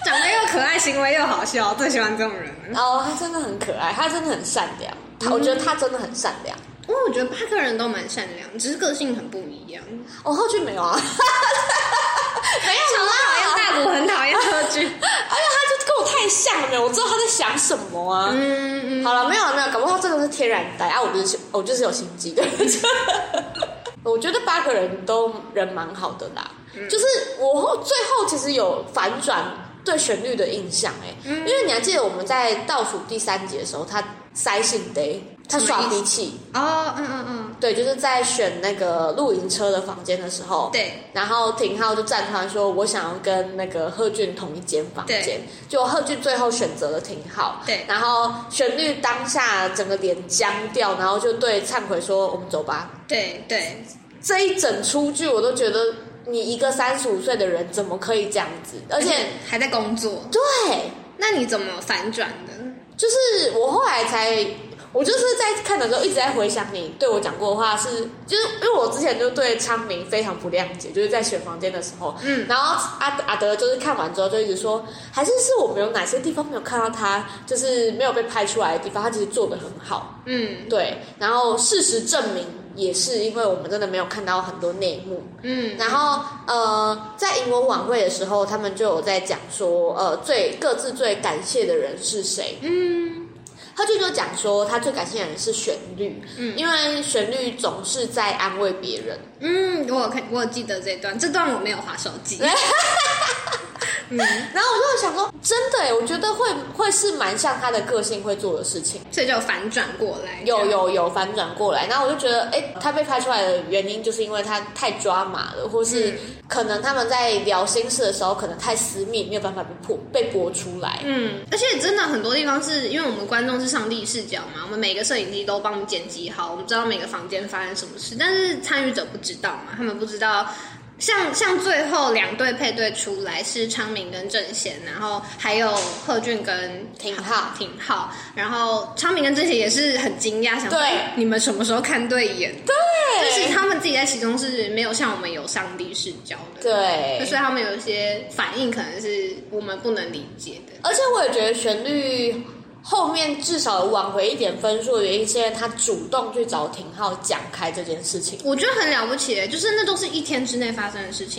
Speaker 1: 长得又可爱，行为又好笑，最喜欢这种人了。
Speaker 2: 哦，他真的很可爱，他真的很善良，他
Speaker 1: 嗯
Speaker 2: 我觉得他真的很善良。
Speaker 1: 因为我觉得帕克人都蛮善良，只是个性很不一样。
Speaker 2: 哦，贺俊没有啊， 没有
Speaker 1: 我讨厌
Speaker 2: 啦，
Speaker 1: 大谷，很讨厌贺军。
Speaker 2: 哎呀，他就跟我太像了，没有，我知道他在想什么啊。
Speaker 1: 嗯嗯，
Speaker 2: 好了，没有了，没有，搞不好他真的是天然呆啊！我就是我就是有心机的。 我觉得八个人都人蛮好的啦，
Speaker 1: 嗯
Speaker 2: 就是我后最后其实有反转对旋律的印象哎、
Speaker 1: 嗯
Speaker 2: 因为你还记得我们在倒数第三节的时候，他塞信杯，他
Speaker 1: 什么
Speaker 2: 耍
Speaker 1: 意思
Speaker 2: 脾气，
Speaker 1: 哦，嗯嗯嗯，
Speaker 2: 对，就是在选那个露营车的房间的时候，
Speaker 1: 对，
Speaker 2: 然后廷浩就站出来说：“我想要跟那个贺俊同一间房间
Speaker 1: 对。”
Speaker 2: 就贺俊最后选择了廷浩，
Speaker 1: 对
Speaker 2: 然后旋律当下整个脸僵掉，然后就对忏悔说：“我们走吧。
Speaker 1: 对对，”
Speaker 2: 这一整出剧我都觉得，你一个三十五岁的人怎么可以这样子？而且，
Speaker 1: 还在工作。
Speaker 2: 对，
Speaker 1: 那你怎么反转的？
Speaker 2: 就是我后来才，我就是在看的时候一直在回想你对我讲过的话是，就是因为我之前就对昌明非常不谅解，就是在选房间的时候，
Speaker 1: 嗯
Speaker 2: 然后阿阿德就是看完之后就一直说，还是是我们有哪些地方没有看到他，就是没有被拍出来的地方，他其实做的很好，
Speaker 1: 嗯
Speaker 2: 对，然后事实证明也是因为我们真的没有看到很多内幕，
Speaker 1: 嗯，
Speaker 2: 然后呃，在迎文晚会的时候，他们就有在讲说，呃，最各自最感谢的人是谁。
Speaker 1: 嗯
Speaker 2: 他就就讲说，他最感谢的人是旋律，
Speaker 1: 嗯
Speaker 2: 因为旋律总是在安慰别人。
Speaker 1: 嗯，我有看，我有记得这段，这段我没有划手 机。嗯，
Speaker 2: 然后我就想说，真的耶，我觉得会会是蛮像他的个性会做的事情。
Speaker 1: 所以就反转过来。
Speaker 2: 有有有反转过来，然后我就觉得，哎，他被拍出来的原因就是因为他太抓马了，或是
Speaker 1: 嗯
Speaker 2: 可能他们在聊心事的时候，可能太私密，没有办法被破被播出来。
Speaker 1: 嗯，而且真的很多地方是因为我们观众是上帝视角嘛，我们每个摄影机都帮我们剪辑好，我们知道每个房间发生什么事，但是参与者不知道嘛，他们不知道。像像最后两队配对出来是昌明跟郑贤，然后还有贺俊跟
Speaker 2: 廷浩
Speaker 1: 廷浩，然后昌明跟郑贤也是很惊讶，想说
Speaker 2: 对
Speaker 1: 哎你们什么时候看对眼？但是他们自己在其中是没有像我们有上帝视角的，
Speaker 2: 对，
Speaker 1: 就是他们有一些反应可能是我们不能理解的。
Speaker 2: 而且我也觉得旋律后面至少挽回一点分数的原因，是因为他主动去找廷浩讲开这件事情。
Speaker 1: 我觉得很了不起耶，就是那都是一天之内发生的事情。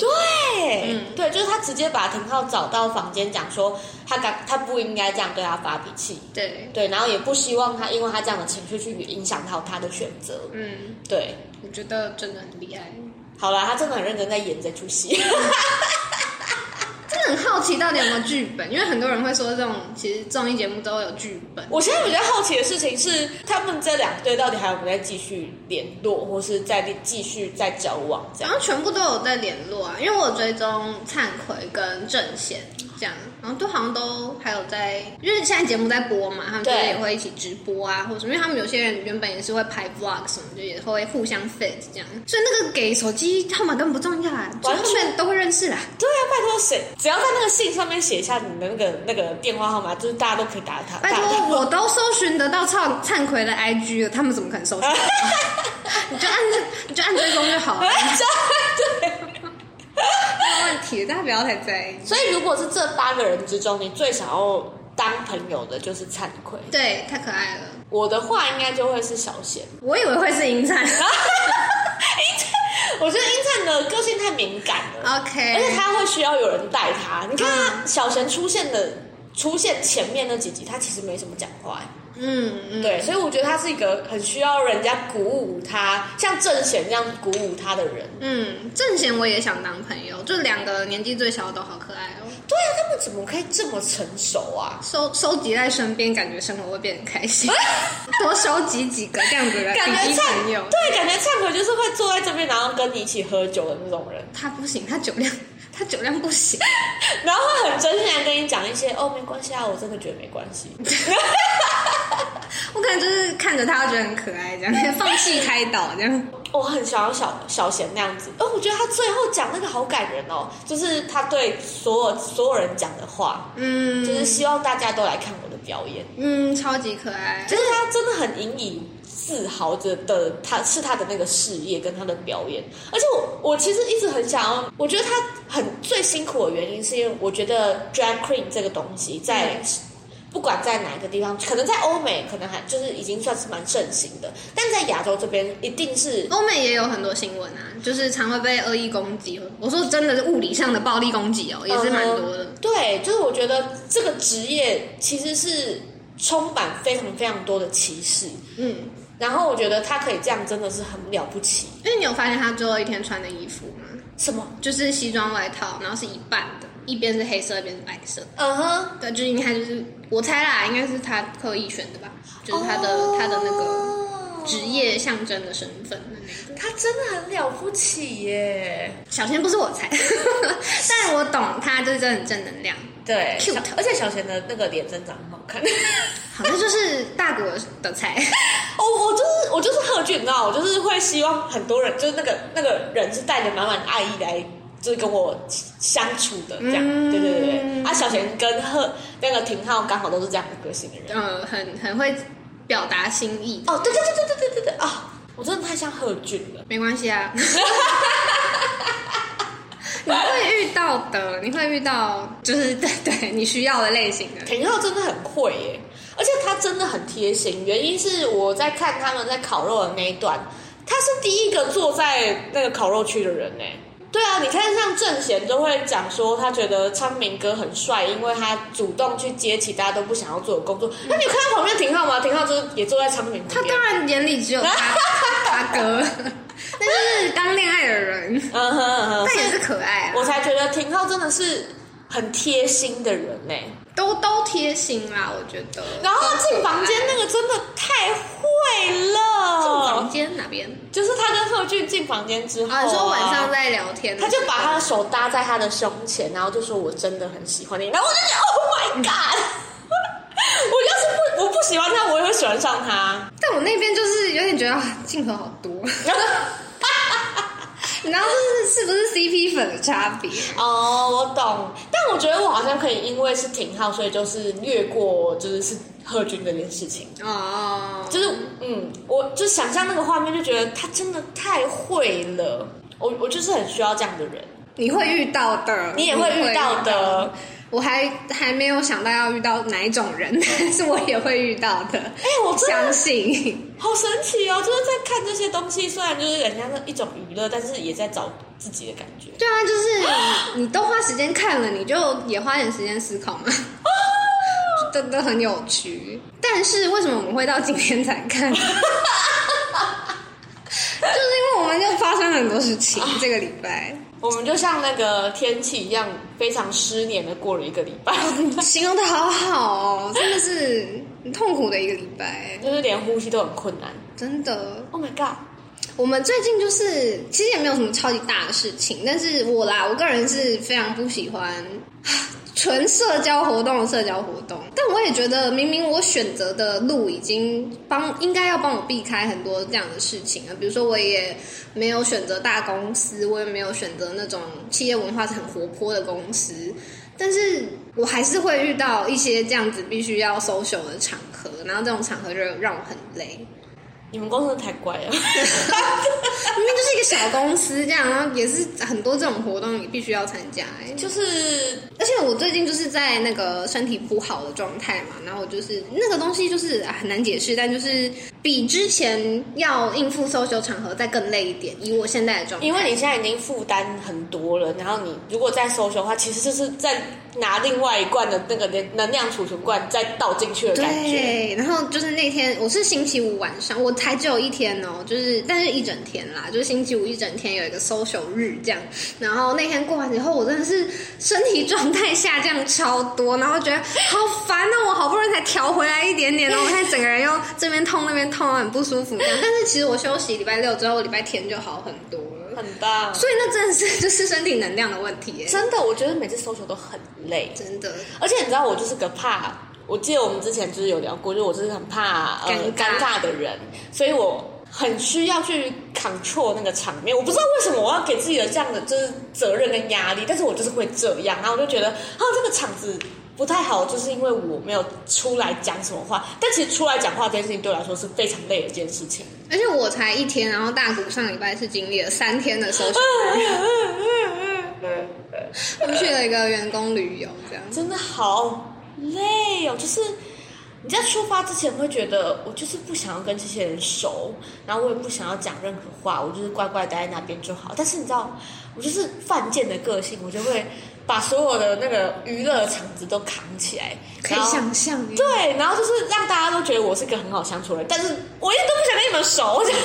Speaker 2: 对，嗯对，就是他直接把廷浩找到房间讲说，他刚他不应该这样对他发脾气。
Speaker 1: 对，
Speaker 2: 对，然后也不希望他因为他这样的情绪去影响到他的选择。
Speaker 1: 嗯，
Speaker 2: 对，
Speaker 1: 我觉得真的很厉害。
Speaker 2: 好了，他真的很认真在演这出戏。
Speaker 1: 真的很好奇到底有没有剧本，因为很多人会说这种其实综艺节目都有剧本。
Speaker 2: 我现在比较好奇的事情是，他们这两队到底还有没有在继续联络，或是在继续在交往这样
Speaker 1: 然？后全部都有在联络啊，因为我有追踪灿奎跟郑贤这样，然后都好像都还有在，因为现在节目在播嘛，他们就
Speaker 2: 对
Speaker 1: 是也会一起直播啊，或者什么，因为他们有些人原本也是会拍 vlog 什么，就也会互相 fit 这样，所以那个给手机号码根本不重要啊，就
Speaker 2: 完全
Speaker 1: 后面都会认识啦。
Speaker 2: 对啊，拜托谁？只要在那个信上面写下你的那个那个电话号码，就是大家都可以打他。
Speaker 1: 拜
Speaker 2: 打他
Speaker 1: 托， 我都搜寻得到灿灿奎的 IG 了，他们怎么可能 搜寻得到？你就按你就按追踪就好了，没有问题，大家不要太在意。
Speaker 2: 所以如果是这八个人之中，你最想要当朋友的就是灿奎。
Speaker 1: 对，太可爱了，
Speaker 2: 我的话应该就会是小贤。
Speaker 1: 我以为会是银 灿。
Speaker 2: 我觉得英灿的个性太敏感了，而且
Speaker 1: OK，
Speaker 2: 他会需要有人带
Speaker 1: 嗯
Speaker 2: 他。你看他小贤出现的出现前面那几集，他其实没什么讲话、欸
Speaker 1: 嗯嗯，
Speaker 2: 对，所以我觉得他是一个很需要人家鼓舞他，像郑贤这样鼓舞他的人。
Speaker 1: 嗯，郑贤我也想当朋友，就两个年纪最小的都好可爱哦，
Speaker 2: 对啊，他们怎么可以这么成熟啊？
Speaker 1: 收收集在身边，感觉生活会变得很开 心。多收集几个这样子的
Speaker 2: 感觉
Speaker 1: 弟弟
Speaker 2: 忏
Speaker 1: 朋友，
Speaker 2: 对，啊感觉忏悔就是会坐在这边，然后跟你一起喝酒的那种人，
Speaker 1: 他不行，他酒量 他酒量不行，
Speaker 2: 然后会很真心的跟你讲一些哦，没关系啊，我真的觉得没关系。
Speaker 1: 我可能就是看着他觉得很可爱，这样放弃开导这样。
Speaker 2: 我很想要小小贤那样子，哦，我觉得他最后讲那个好感人哦，就是他对所有所有人讲的话，
Speaker 1: 嗯，
Speaker 2: 就是希望大家都来看我的表演，
Speaker 1: 嗯，超级可爱。
Speaker 2: 就是他真的很引以自豪着的，他是他的那个事业跟他的表演，而且我我其实一直很想要，我觉得他很最辛苦的原因是因为我觉得 drag queen 这个东西在。不管在哪一个地方，可能在欧美，可能还就是已经算是蛮盛行的，但在亚洲这边一定是
Speaker 1: 欧美也有很多新闻啊，就是常会被恶意攻击。我说真的是物理上的暴力攻击哦，也是蛮多的。
Speaker 2: 嗯对，就是我觉得这个职业其实是充满非常非常多的歧视，
Speaker 1: 嗯，
Speaker 2: 然后我觉得他可以这样真的是很了不起。
Speaker 1: 因为你有发现他最后一天穿的衣服吗？
Speaker 2: 什么？
Speaker 1: 就是西装外套，然后是一半的，一边是黑色，一边是白色。
Speaker 2: 嗯哼，
Speaker 1: 对，就是应该就是我猜啦，应该是他刻意选的吧，就是他的、
Speaker 2: 哦
Speaker 1: 他的那个职，业象征的身份的那个。
Speaker 2: 他真的很了不起耶。
Speaker 1: 小贤不是我猜， 但我懂他就是真的很正能量，
Speaker 2: 对
Speaker 1: Cute
Speaker 2: 小而且小贤的那个脸真长很好看。
Speaker 1: 好像就是大国的菜。
Speaker 2: 哦，我就是我就是贺俊，你知道，我就是会希望很多人，就是那个那个人是带着满满的爱意来，就是跟我相处的这样。
Speaker 1: 嗯
Speaker 2: 对对对对，啊，小贤跟贺那个廷浩刚好都是这样的个性的人。
Speaker 1: 呃，很很会表达心意。
Speaker 2: 哦，对对对对对对对对啊、我真的太像贺俊了。
Speaker 1: 没关系啊， 你会遇到的，你会遇到，就是 对对你需要的类型的。
Speaker 2: 廷浩真的很会耶，而且他真的很贴心。原因是我在看他们在烤肉的那一段，他是第一个坐在那个烤肉区的人呢。对啊，你看像郑贤都会讲说，他觉得昌明哥很帅，因为他主动去接起大家都不想要做的工作。那你有看到旁边廷浩吗？廷浩就是也坐在昌明
Speaker 1: 嗯他
Speaker 2: 旁边
Speaker 1: 当。然眼里只有他他哥， 那就是刚恋爱的人，
Speaker 2: 嗯哼嗯哼，
Speaker 1: 但也是可爱啊，
Speaker 2: 我才觉得廷浩真的是很贴心的人
Speaker 1: 啊
Speaker 2: 呢。
Speaker 1: 都都贴心啦，我觉得。
Speaker 2: 然后他
Speaker 1: 都
Speaker 2: 进房间
Speaker 1: 可爱
Speaker 2: 那个真的太会
Speaker 1: 进房
Speaker 2: 了，
Speaker 1: 间哪边？
Speaker 2: 就是他跟贺俊进房间之后、
Speaker 1: 啊，你说晚上。在聊天，
Speaker 2: 哦他就把他的手搭在他的胸前，然后就说：“我真的很喜欢你。”然后我就觉得，Oh my god！我要是不我不喜欢他，我也会喜欢上他。
Speaker 1: 但我那边就是有点觉得啊，镜头好多， 然后就是是不是 CP 粉的差别？
Speaker 2: 哦，我懂，但我觉得我好像可以，因为是廷浩，所以就是略过，就是是贺军这件事情。
Speaker 1: 哦，
Speaker 2: 就是嗯，我就想象那个画面，就觉得他真的太会了。我我就是很需要这样的人，
Speaker 1: 你会遇到的，
Speaker 2: 你也会遇到的。
Speaker 1: 我还还没有想到要遇到哪一种人， 但是我也会遇到哦的。
Speaker 2: 哎、我真
Speaker 1: 相
Speaker 2: 的
Speaker 1: 信，
Speaker 2: 好神奇哦！就是在看这些东西，虽然就是人家的一种娱乐，但是也在找自己的感觉。
Speaker 1: 对啊， 就是你你都花时间看了，你就也花点时间思考嘛。哦 真的很有趣，但是为什么我们会到今天才 看？就是因为我们就发生了很多事情，这个礼拜
Speaker 2: 我们就像那个天气一样，非常失眠的过了一个礼拜，
Speaker 1: 形容的好好哦，真的是很痛苦的一个礼拜，
Speaker 2: 就是连呼吸都很困难。
Speaker 1: 真的。
Speaker 2: Oh my god！
Speaker 1: 我们最近就是其实也没有什么超级大的事情，但是我啦，我个人是非常不喜欢啊纯社交活动的社交活动，但我也觉得明明我选择的路已经帮应该要帮我避开很多这样的事情啊，比如说我也没有选择大公司，我也没有选择那种企业文化是很活泼的公司，但是我还是会遇到一些这样子必须要 social 的场合，然后这种场合就让我很累。
Speaker 2: 你们公司太乖了。
Speaker 1: 明明就是一个小公司这样，然后也是很多这种活动你必须要参加、欸。
Speaker 2: 就是
Speaker 1: 而且我最近就是在那个身体不好的状态嘛，然后我就是那个东西就是啊很难解释，但就是比之前要应付搜修场合再更累一点。以我现在的状态，
Speaker 2: 因为你现在已经负担很多了，然后你如果再收修的话，其实就是在拿另外一罐的那个能量储存罐再倒进去的感觉。
Speaker 1: 对，然后就是那天我是星期五晚上，我才只有一天哦，就是但是一整天啦，就是星期五一整天有一个 social 日这样。然后那天过完以后，我真的是身体状态下降超多，然后觉得好烦哦，我好不容易才调回来一点点哦，我现在整个人又这边痛那边痛，很不舒服这样。但是其实我休息礼拜六之后，礼拜天就好很多了，
Speaker 2: 很棒，
Speaker 1: 所以那真的是就是身体能量的问题耶，
Speaker 2: 真的，我觉得每次收球都很累，
Speaker 1: 真的。
Speaker 2: 而且你知道我就是个怕，我记得我们之前就是有聊过，就是我就是很怕呃
Speaker 1: 尴尬
Speaker 2: 尴尬的人，所以我很需要去 control 那个场面。我不知道为什么我要给自己的这样的就是责任跟压力，但是我就是会这样，然后我就觉得啊这个场子。不太好，就是因为我没有出来讲什么话，但其实出来讲话这件事情对我来说是非常累的一件事情。
Speaker 1: 而且我才一天，然后大谷上礼拜是经历了三天的搜索，我们去了一个员工旅游，这样
Speaker 2: 真的好累哦，就是你在出发之前会觉得我就是不想要跟这些人熟，然后我也不想要讲任何话，我就是乖乖待在那边就好。但是你知道，我就是犯贱的个性，我就会把所有的那个娱乐场子都扛起来，
Speaker 1: 可以
Speaker 2: 然后
Speaker 1: 想象。，
Speaker 2: 对，然后就是让大家都觉得我是个很好相处的人，但是我一直都不想跟你们熟，我就。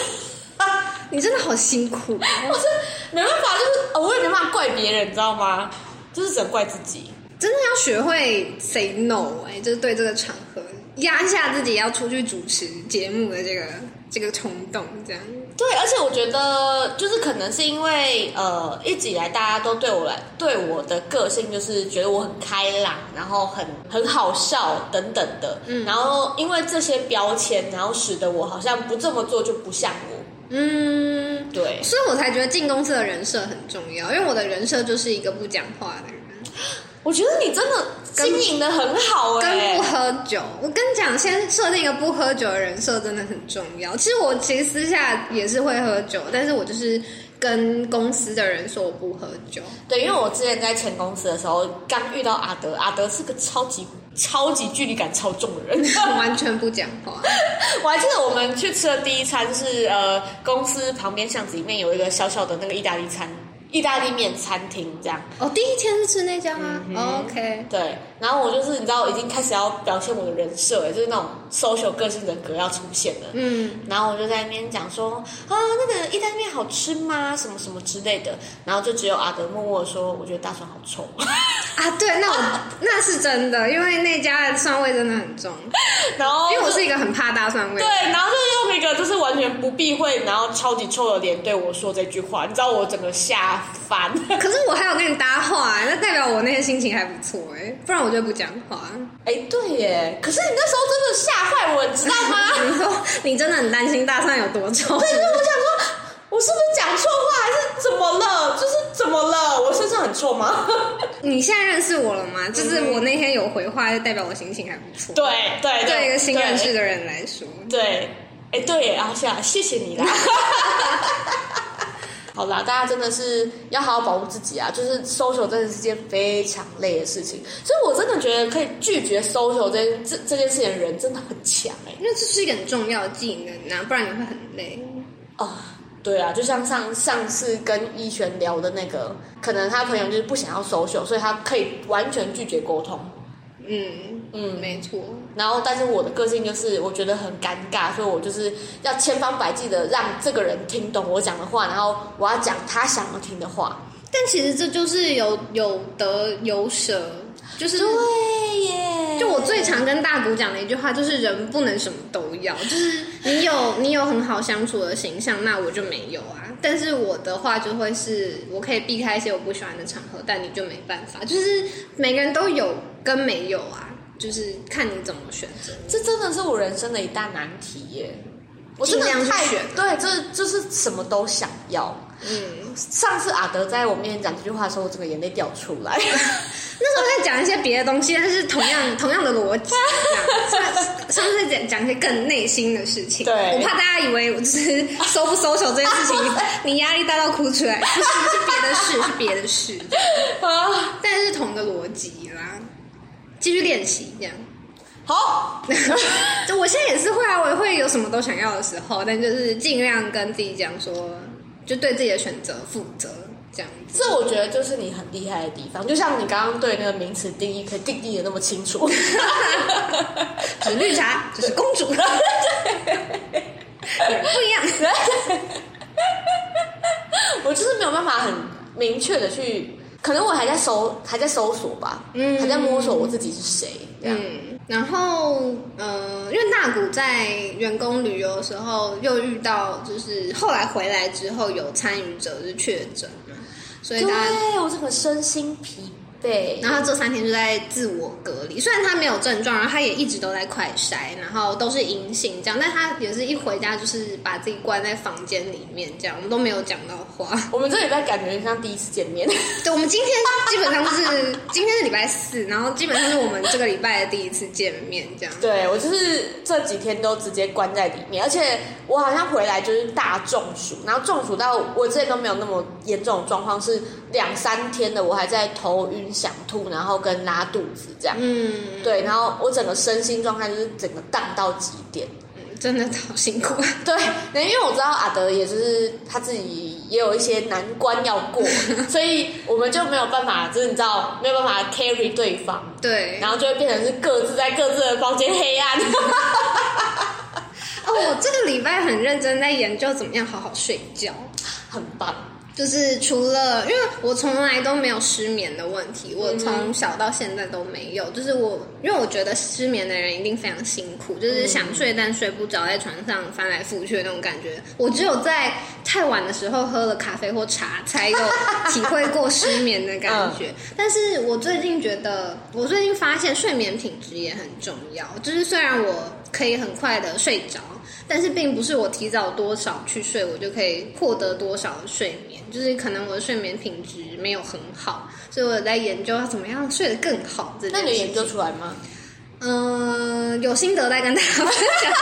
Speaker 1: 你真的好辛苦。
Speaker 2: 我是没办法，就是呃我也没办法怪别人，你知道吗？就是只能怪自己。
Speaker 1: 真的要学会 say no，哎、就是对这个场合压下自己要出去主持节目的这个这个冲动，这样。
Speaker 2: 对，而且我觉得就是可能是因为呃，一直以来大家都对我来对我的个性就是觉得我很开朗，然后很很好笑等等的，嗯，然后因为这些标签，然后使得我好像不这么做就不像我，
Speaker 1: 嗯，
Speaker 2: 对，
Speaker 1: 所以我才觉得进公司的人设很重要，因为我的人设就是一个不讲话的人。
Speaker 2: 我觉得你真的经营的很好哎、
Speaker 1: 跟不喝酒，我跟你讲，先设定一个不喝酒的人设真的很重要。其实我其实私下也是会喝酒，但是我就是跟公司的人说我不喝 酒。
Speaker 2: 对，因为我之前在前公司的时候，刚遇到阿德，阿德是个超级超级距离感超重的人，
Speaker 1: 完全不讲话，
Speaker 2: 我还记得我们去吃的第一餐是呃，公司旁边巷子里面有一个小小的那个意大利餐，意大利面餐厅这样。
Speaker 1: 哦，第一天是吃那家
Speaker 2: 嗯
Speaker 1: 吗、o 哦 k
Speaker 2: 对，然后我就是你知道，我已经开始要表现我的人设，也就是那种 social 个性人格要出现了。
Speaker 1: 嗯，
Speaker 2: 然后我就在那边讲说啊，那个意大利面好吃吗？什么什么之类的。然后就只有阿德默默地说，我觉得大蒜好臭。
Speaker 1: 啊，对，那我那是真的，因为那家的蒜味真的很重，
Speaker 2: 然后
Speaker 1: 因为我
Speaker 2: 就是
Speaker 1: 一个很怕大蒜味
Speaker 2: 对。，然后就用一个就是完全不避讳，然后超级臭的脸对我说这句话，你知道我整个吓翻。
Speaker 1: 可是我还有跟你搭话、那代表我那天心情还不错哎、不然我就不讲话。
Speaker 2: 哎，对耶！可是你那时候真的吓坏我，你知道吗？
Speaker 1: 你说你真的很担心大蒜有多臭？
Speaker 2: 对，就是我想说，我是不是讲错话，还是怎么了？就是怎么了？我身上很臭吗？
Speaker 1: 你现在认识我了吗？就是我那天有回话，就代表我心情还不错。，
Speaker 2: 对对
Speaker 1: 嗯对一个新认识的人来说，
Speaker 2: 对，哎对耶！阿夏，谢谢你啦。 好啦，大家真的是要好好保护自己啊！就是 social 真的是件非常累的事情，所以我真的觉得可以拒绝 social 这这这件事情的人真的很强哎、
Speaker 1: 因为这是一个很重要的技能啊，不然你会很累。
Speaker 2: 啊，对啊，就像上上次跟一璇聊的那个，可能他朋友就是不想要手秀，所以他可以完全拒绝沟通。
Speaker 1: 嗯嗯，没错。
Speaker 2: 然后，但是我的个性就是我觉得很尴尬，所以我就是要千方百计的让这个人听懂我讲的话，然后我要讲他想要听的话。
Speaker 1: 但其实这就是有有得有舍，就是
Speaker 2: 对耶，
Speaker 1: 就我最常跟大谷讲的一句话，就是人不能什么都要，就是你有你有很好相处的形象，那我就没有啊。但是我的话就会是，我可以避开一些我不喜欢的场合，但你就没办法，就是每个人都有跟没有啊，就是看你怎么选择。
Speaker 2: 这真的是我人生的一大难题耶。我真的
Speaker 1: 尽量去
Speaker 2: 太
Speaker 1: 选
Speaker 2: 对，这就是什么都想要。
Speaker 1: 嗯，
Speaker 2: 上次阿德在我面前讲这句话的时候，我整个眼泪掉出 来。
Speaker 1: 那时候在讲一些别的东西，但是同样同样的逻辑这样，上上次讲讲一些更内心的事情。
Speaker 2: 对
Speaker 1: 我怕大家以为我只是收不收手这件事情，你压力大到哭出来，不是是别的事，是别的事。
Speaker 2: 啊，
Speaker 1: 但是同一个逻辑啦，继续练习这样。
Speaker 2: 好，
Speaker 1: 就我现在也是会啊，我也会有什么都想要的时候，但就是尽量跟自己讲说，就对自己的选择负责，这样子。
Speaker 2: 这我觉得就是你很厉害的地方，就像你刚刚对那个名词定义可以定义的那么清 楚。
Speaker 1: 只绿茶，只是公主，也不一样。
Speaker 2: 我就是没有办法很明确的去，可能我还在搜，还在搜索吧，
Speaker 1: 嗯
Speaker 2: 还在摸索我自己是谁这样。
Speaker 1: 嗯，然后呃，因为纳谷在员工旅游的时候又遇到，就是后来回来之后有参与者是确诊嘛，所以
Speaker 2: 对
Speaker 1: 大家，
Speaker 2: 哎我整个身心疲惫，
Speaker 1: 然后这三天就在自我隔离，虽然他没有症状，然后他也一直都在快筛，然后都是阴性这样，但他也是一回家就是把自己关在房间里面这样，我们都没有讲到话。
Speaker 2: 我们这礼拜感觉像第一次见面，
Speaker 1: 对，我们今天基本上就是 今天是礼拜四，然后基本上是我们这个礼拜的第一次见面这样。
Speaker 2: 对我就是这几天都直接关在里面，而且我好像回来就是大中暑，然后中暑到我之前都没有那么严重的状况，是两三天的我还在头晕想吐，然后跟拉肚子这样。
Speaker 1: 嗯。
Speaker 2: 对，然后我整个身心状态就是整个荡到极点。
Speaker 1: 真的好辛苦。
Speaker 2: 对，那因为我知道阿德也就是他自己也有一些难关要过，所以我们就没有办法，就是你知道没有办法 carry 对方，
Speaker 1: 对，
Speaker 2: 然后就会变成是各自在各自的房间黑暗。
Speaker 1: 哦，我这个礼拜很认真在研究怎么样好好睡觉，
Speaker 2: 很棒，
Speaker 1: 就是除了因为我从来都没有失眠的问题，我从小到现在都没有。就是我，因为我觉得失眠的人一定非常辛苦，就是想睡但睡不着，在床上翻来覆去的那种感觉。我只有在太晚的时候喝了咖啡或茶，才有体会过失眠的感觉。但是我最近觉得，我最近发现睡眠品质也很重要。就是虽然我可以很快的睡着，但是并不是我提早多少去睡，我就可以获得多少的睡眠。就是可能我的睡眠品质没有很好，所以我在研究要怎么样睡得更好这件
Speaker 2: 那
Speaker 1: 事情。
Speaker 2: 你有研究出来吗？
Speaker 1: 嗯、有心得再跟大家分 享。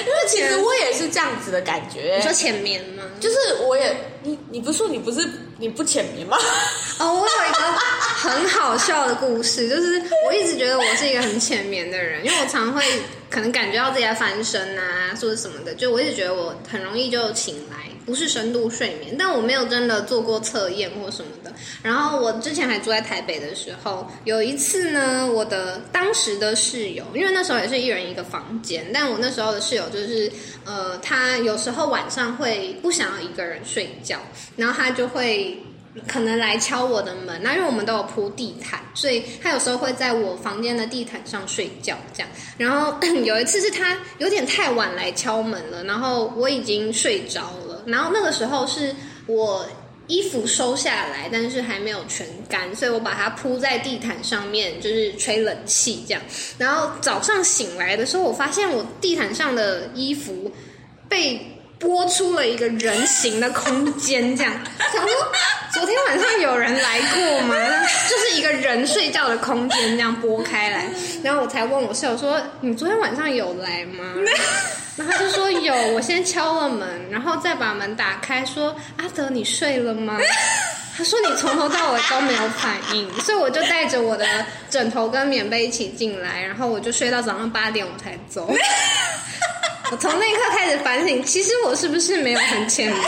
Speaker 2: 因为其实我也是这样子的感觉
Speaker 1: 你，说浅眠吗？
Speaker 2: 就是我也你你不是说你不是你不浅眠吗？
Speaker 1: 哦，我有一个很好笑的故事，就是我一直觉得我是一个很浅眠的人，因为我常会可能感觉到自己在翻身啊，或者什么的，就我一直觉得我很容易就醒来，不是深度睡眠，但我没有真的做过测验或什么的。然后我之前还住在台北的时候，有一次呢，我的当时的室友，因为那时候也是一人一个房间，但我那时候的室友就是，呃，他有时候晚上会不想要一个人睡觉，然后他就会可能来敲我的门，那因为我们都有铺地毯，所以他有时候会在我房间的地毯上睡觉这样。然后嗯有一次是他有点太晚来敲门了，然后我已经睡着了，然后那个时候是我衣服收下来，但是还没有全干，所以我把它铺在地毯上面，就是吹冷气这样。然后早上醒来的时候，我发现我地毯上的衣服被拨出了一个人形的空间，这样想说昨天晚上有人来过吗？就是一个人睡觉的空间这样拨开来，然后我才问我室友说：“你昨天晚上有来吗？”然后他就说有，我先敲了门，然后再把门打开，说：“阿德，你睡了吗？”他说：“你从头到尾都没有反应。”所以我就带着我的枕头跟棉被一起进来，然后我就睡到早上八点，我才走。 我从那一刻开始反省，其实我是不是没有很浅 眠？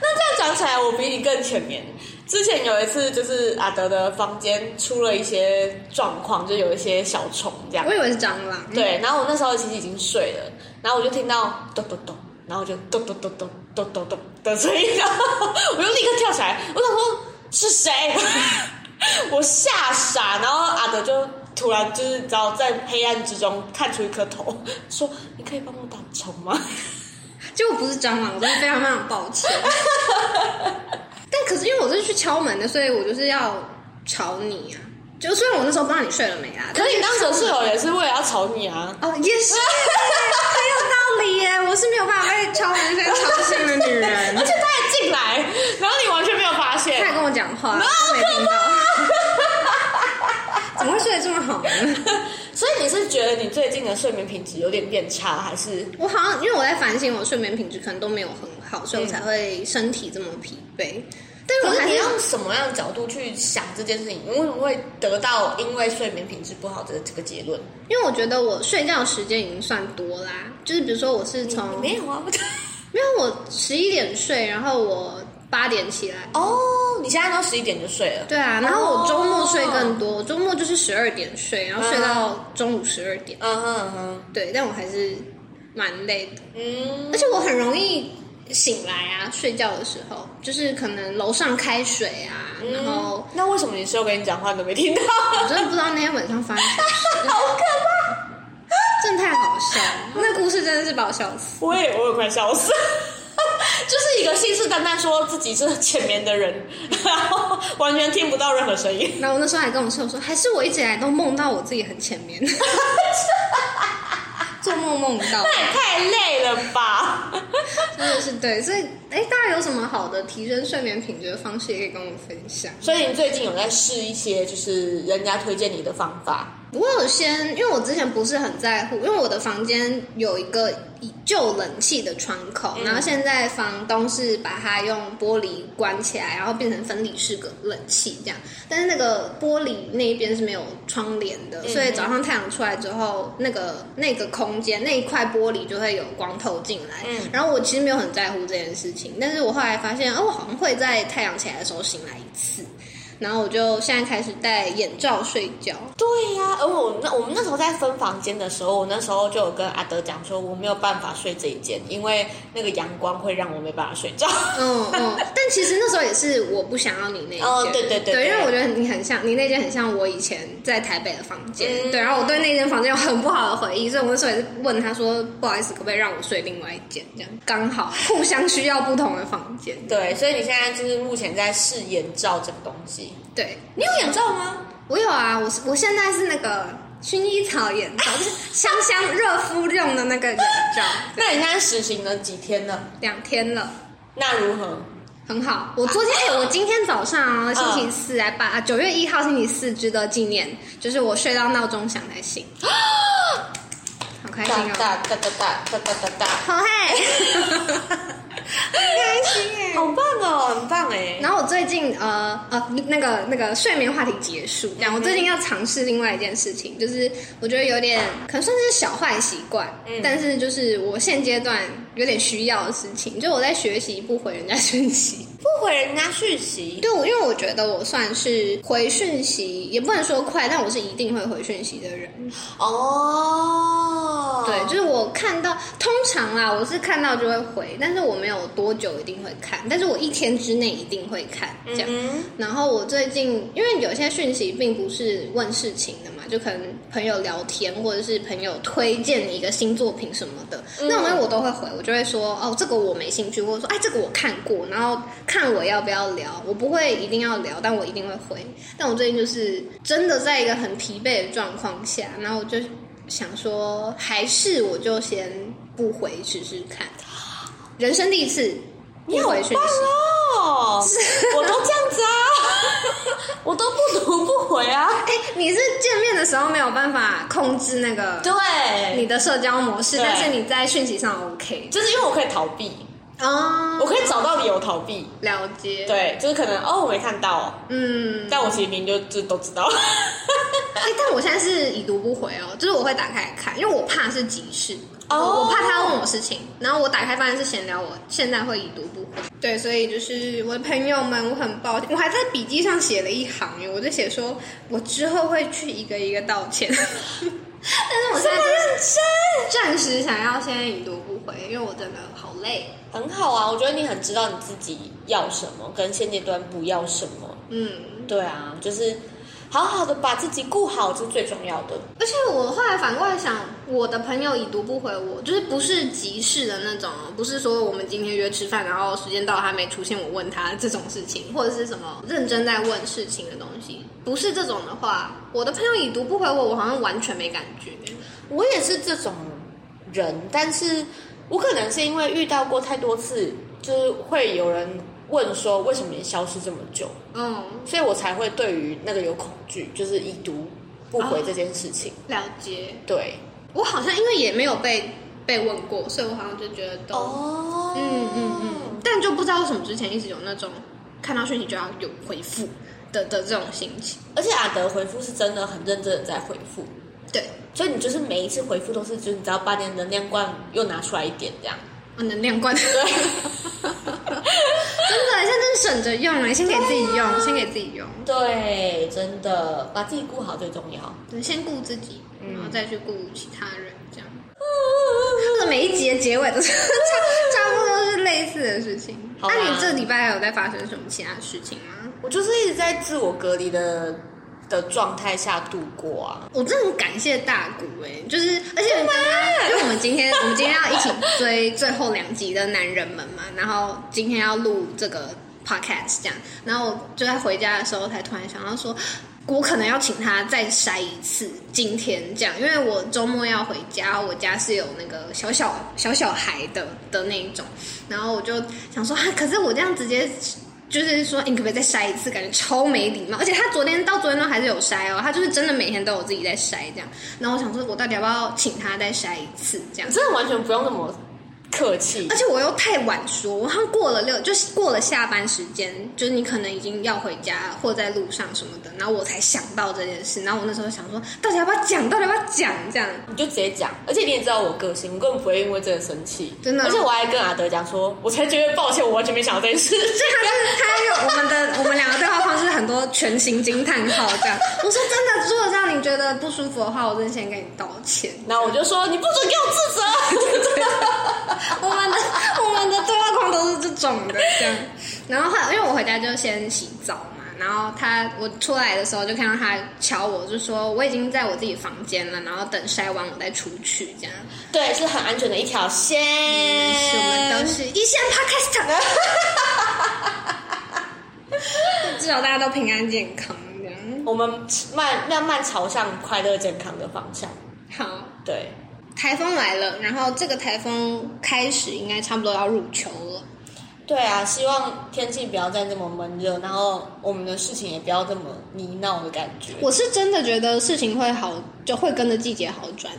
Speaker 2: 那这样讲起来，我比你更全面。之前有一次，就是阿德的房间出了一些状况，就有一些小虫这样
Speaker 1: 我。以为是蟑螂。
Speaker 2: 对，然后我那时候其实已经睡了，然后我就听到咚咚咚，然后我就咚咚咚咚咚咚咚的声音，然后 我就立刻跳起来，我想说是谁？ 我吓傻，然后阿德就突然就是你知道在黑暗之中探出一颗头，说：“你可以帮我打虫吗？”
Speaker 1: 结果不是蟑螂，我真的非常非常抱 歉。但可是因为我是去敲门的，所以我就是要吵你啊。就虽然我那时候不知道你睡了没啊，
Speaker 2: 可是你当时的室友也是为了要吵你啊。
Speaker 1: 哦也是很有道理耶，我是没有办法被敲门声吵醒的女人
Speaker 2: 而。且他还进来，然后你完全没有发
Speaker 1: 他还
Speaker 2: 现，
Speaker 1: 跟我讲话，
Speaker 2: 啊
Speaker 1: 我没听到。 怎么会睡得这么好呢？
Speaker 2: 所以你是觉得你最近的睡眠品质有点变差，还是
Speaker 1: 我好像因为我在反省我睡眠品质，可能都没有很好。好，所以我才会身体这么疲惫。但
Speaker 2: 可
Speaker 1: 我
Speaker 2: 是
Speaker 1: 还
Speaker 2: 你
Speaker 1: 是
Speaker 2: 用什么样的角度去想这件事情？你为什么会得到因为睡眠品质不好的这个结论？
Speaker 1: 因为我觉得我睡觉的时间已经算多啦，就是比如说我是从
Speaker 2: 没有啊，
Speaker 1: 没有我十一点睡，然后我八点起来。
Speaker 2: 哦，你现在都十一点就睡了，
Speaker 1: 对啊，然后我周末睡
Speaker 2: 哦
Speaker 1: 更多，我周末就是十二点睡，然后睡到中午十二点。
Speaker 2: 嗯哼嗯哼，
Speaker 1: 对，但我还是蛮累的，
Speaker 2: 嗯
Speaker 1: 而且我很容易醒来啊，睡觉的时候就是可能楼上开水啊，然后
Speaker 2: 嗯，那为什么你室友跟你讲话你都没听到？
Speaker 1: 我真的不知道那天晚上发生什么事， 好可怕，真的太好笑了，那故事真的是把我笑死。
Speaker 2: 我也我也快笑死。 就是一个信誓旦旦说自己是浅眠的人，然后完全听不到任何声音。
Speaker 1: 然后我那时候还跟我室友说，还是我一直以来都梦到我自己很前面， 做梦梦到，
Speaker 2: 那也太累了吧！
Speaker 1: 真的是对，所以哎，大家有什么好的提升睡眠品质的方式，也可以跟我分享。
Speaker 2: 所以你最近有在试一些就是人家推荐你的方法，
Speaker 1: 我有先，因为我之前不是很在乎，因为我的房间有一个旧冷气的窗口，然后现在房东是把它用玻璃关起来，然后变成分离式个冷气这样。但是那个玻璃那一边是没有窗帘的，所以早上太阳出来之后，那个那个空间那一块玻璃就会有光透进来。
Speaker 2: 嗯
Speaker 1: 然后我其实没有很在乎这件事情，但是我后来发现，哦，我好像会在太阳起来的时候醒来一次。然后我就现在开始戴眼罩睡觉，
Speaker 2: 对呀、而我那我们那时候在分房间的时候，我那时候就有跟阿德讲说，我没有办法睡这一间，因为那个阳光会让我没办法睡觉。
Speaker 1: 嗯嗯，但其实那时候也是我不想要你那一间，
Speaker 2: 哦对对对
Speaker 1: 对，
Speaker 2: 对
Speaker 1: 因为我觉得你很像，你那间很像我以前在台北的房间，
Speaker 2: 嗯
Speaker 1: 对，然后我对那间房间有很不好的回忆，所以我那时候也是问他说，不好意思，可不可以让我睡另外一间，这样刚好互相需要不同的房间，
Speaker 2: 对，所以你现在就是目前在试眼罩这个东西，
Speaker 1: 对
Speaker 2: 你有眼罩吗？
Speaker 1: 我有啊，我是我现在是那个薰衣草眼罩，就是香香热敷用的那个眼罩，
Speaker 2: 那你现在实行了几天呢？
Speaker 1: 两天了。
Speaker 2: 那如何？
Speaker 1: 很好，我昨天、哎，我今天早上啊，星期四来把九月一号星期四值得纪念，就是我睡到闹钟响才醒，好开心
Speaker 2: 哒
Speaker 1: 哦，
Speaker 2: 哒哒哒哒哒哒哒哒，
Speaker 1: 好嗨，开心哎
Speaker 2: 好棒哦，很棒哎！
Speaker 1: 然后我最近呃呃那个那个睡眠话题结束，这样我最近要尝试另外一件事情，就是我觉得有点可能算是小坏习惯，但是就是我现阶段有点需要的事情，就我在学习不回人家讯息。
Speaker 2: 不回人家讯息，
Speaker 1: 对，我因为我觉得我算是回讯息，也不能说快，但我是一定会回讯息的人。
Speaker 2: 哦，
Speaker 1: 对，就是我看到，通常啦，我是看到就会回，但是我没有多久一定会看，但是我一天之内一定会看这样。
Speaker 2: 嗯
Speaker 1: 然后我最近，因为有些讯息并不是问事情的嘛，就可能朋友聊天，或者是朋友推荐你一个新作品什么的，那种东西我都会回，我就会说哦，这个我没兴趣，或者说哎，这个我看过，然后看我要不要聊，我不会一定要聊，但我一定会回。但我最近就是真的在一个很疲惫的状况下，然后我就想说，还是我就先不回试试看，人生第一次不
Speaker 2: 你好
Speaker 1: 回
Speaker 2: 棒
Speaker 1: 讯息。
Speaker 2: 哦！我都这样子啊，我都不读不回啊。
Speaker 1: 哎、你是见面的时候没有办法控制那个
Speaker 2: 对，
Speaker 1: 你的社交模式，
Speaker 2: 对
Speaker 1: 但是你在讯息上 OK
Speaker 2: 就是因为我可以逃避，
Speaker 1: 哦
Speaker 2: 我可以找到理由逃避。
Speaker 1: 了解，，
Speaker 2: 对，就是可能哦，我没看到，
Speaker 1: 嗯，
Speaker 2: 但我其实明明就就都知道。
Speaker 1: 哎、但我现在是已读不回哦，就是我会打开来看，因为我怕是急事。
Speaker 2: 哦
Speaker 1: 我我怕他问我事情，然后我打开发现是闲聊我，现在会已读不回。对，所以就是我的朋友们，我很抱歉，我还在笔记上写了一行，我就写说我之后会去一个一个道歉。 但是我现在就是暂时想要先已读不回，因为我真的好累。哦
Speaker 2: 很好啊，我觉得你很知道你自己要什么，跟现阶段不要什么。
Speaker 1: 嗯，
Speaker 2: 对啊，就是好好的把自己顾好，这是最重要的。
Speaker 1: 而且我后来反过来想，我的朋友已读不回我，就是不是急事的那种哦，不是说我们今天约吃饭，然后时间到了他没出现，我问他这种事情，或者是什么认真在问事情的东西，不是这种的话，我的朋友已读不回我，我好像完全没感觉。
Speaker 2: 我也是这种人，但是我可能是因为遇到过太多次，就是会有人问说为什么你消失这么久，
Speaker 1: 嗯，
Speaker 2: 所以我才会对于那个有恐惧，就是已读不回这件事情。
Speaker 1: 了解。
Speaker 2: 对，
Speaker 1: 我好像因为也没有被被问过，所以我好像就觉得都、
Speaker 2: 哦
Speaker 1: 嗯嗯嗯但就不知道为什么之前一直有那种看到讯息就要有回复的的这种心情。
Speaker 2: 而且阿德回复是真的很认真的在回复，
Speaker 1: 对，
Speaker 2: 所以你就是每一次回复都是，就是你只要把你的能量罐又拿出来一点这样。
Speaker 1: 啊，能量罐，真的，
Speaker 2: 对，
Speaker 1: 现在真是省着用啊了，先给自己用，先给自己用，
Speaker 2: 对，真的把自己顾好最重要。
Speaker 1: 对，先顾自己，
Speaker 2: 嗯
Speaker 1: 然后再去顾其他人，这样。或者每一节结尾都是 差差不多是类似的事情。
Speaker 2: 好
Speaker 1: 那、
Speaker 2: 吧
Speaker 1: 你这礼拜还有在发生什么其他事情吗？
Speaker 2: 我就是一直在自我隔离的的状态下度过啊。
Speaker 1: 我真的很感谢大谷哎、就是而且刚刚因为我们今天 我们今天要一起追最后两集的男人们嘛，然后今天要录这个 podcast 这样，然后我就在回家的时候才突然想到说。我可能要请他再筛一次，今天这样，因为我周末要回家，我家是有那个小小小小孩的的那一种，然后我就想说，啊，可是我这样直接就是说，欸你可不可以再筛一次？感觉超没礼貌。而且他昨天到昨天都还是有筛哦，他就是真的每天都有自己在筛这样。然后我想说，我到底要不要请他再筛一次这样
Speaker 2: 你？真的完全不用那么客气
Speaker 1: 而。且我又太晚说，我好像过了六，就是过了下班时间，就是你可能已经要回家或在路上什么的，然后我才想到这件事。然后我那时候想说，到底要不要讲？到底要不要讲？这样
Speaker 2: 你就直接讲，而且你也知道我个性，我根本不会因为这个生气。
Speaker 1: 真的
Speaker 2: 而且我还跟阿德讲说，我才觉得抱歉，我完全没想到这件
Speaker 1: 所
Speaker 2: 事。
Speaker 1: 以他就是他有我们的 我们两个对话框是很多全形惊叹号这样。我说真的，如果让你觉得不舒服的话，我真的先跟你道歉。
Speaker 2: 然后我就说，你不准给我自责。
Speaker 1: 我们 的我们的对话框都是这种的这样。然后后来因为我回家就先洗澡嘛，然后他我出来的时候就看到他瞧我，就说我已经在我自己房间了，然后等筛完我再出去这样。
Speaker 2: 对，是很安全的一条线。
Speaker 1: 是我们都是一线 podcast，至少大家都平安健康这样。
Speaker 2: 我们慢慢慢朝向快乐健康的方向。
Speaker 1: 好。
Speaker 2: 对，
Speaker 1: 台风来了，然后这个台风开始应该差不多要入球了。
Speaker 2: 对啊，希望天气不要再这么闷热，然后我们的事情也不要这么泥淖的感觉。
Speaker 1: 我是真的觉得事情会好，就会跟着季节好转。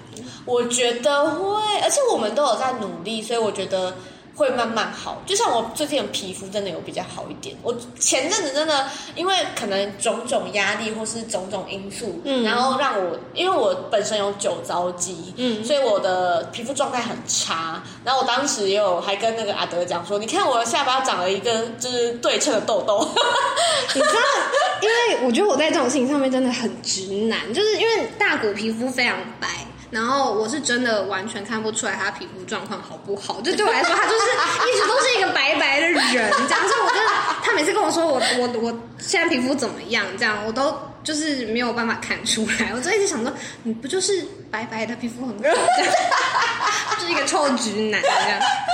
Speaker 2: 我觉得会，而且我们都有在努力，所以我觉得会慢慢好。就像我最近的皮肤真的有比较好一点，我前阵子真的因为可能种种压力或是种种因素，
Speaker 1: 嗯
Speaker 2: 然后让我因为我本身有酒糟肌，
Speaker 1: 嗯
Speaker 2: 所以我的皮肤状态很差。然后我当时也有还跟那个阿德讲说，你看我的下巴长了一个就是对称的痘痘，
Speaker 1: 你知道，因为我觉得我在这种事情上面真的很直男，就是因为大谷皮肤非常白，然后我是真的完全看不出来他皮肤状况好不 好。就对我来说，他就是一直都是一个白白的人，这样。所以我真的，他每次跟我说我我我现在皮肤怎么样，这样我都就是没有办法看出来。我就一直想说，你不就是白白 的皮肤很好，这样就是一个臭直男这样。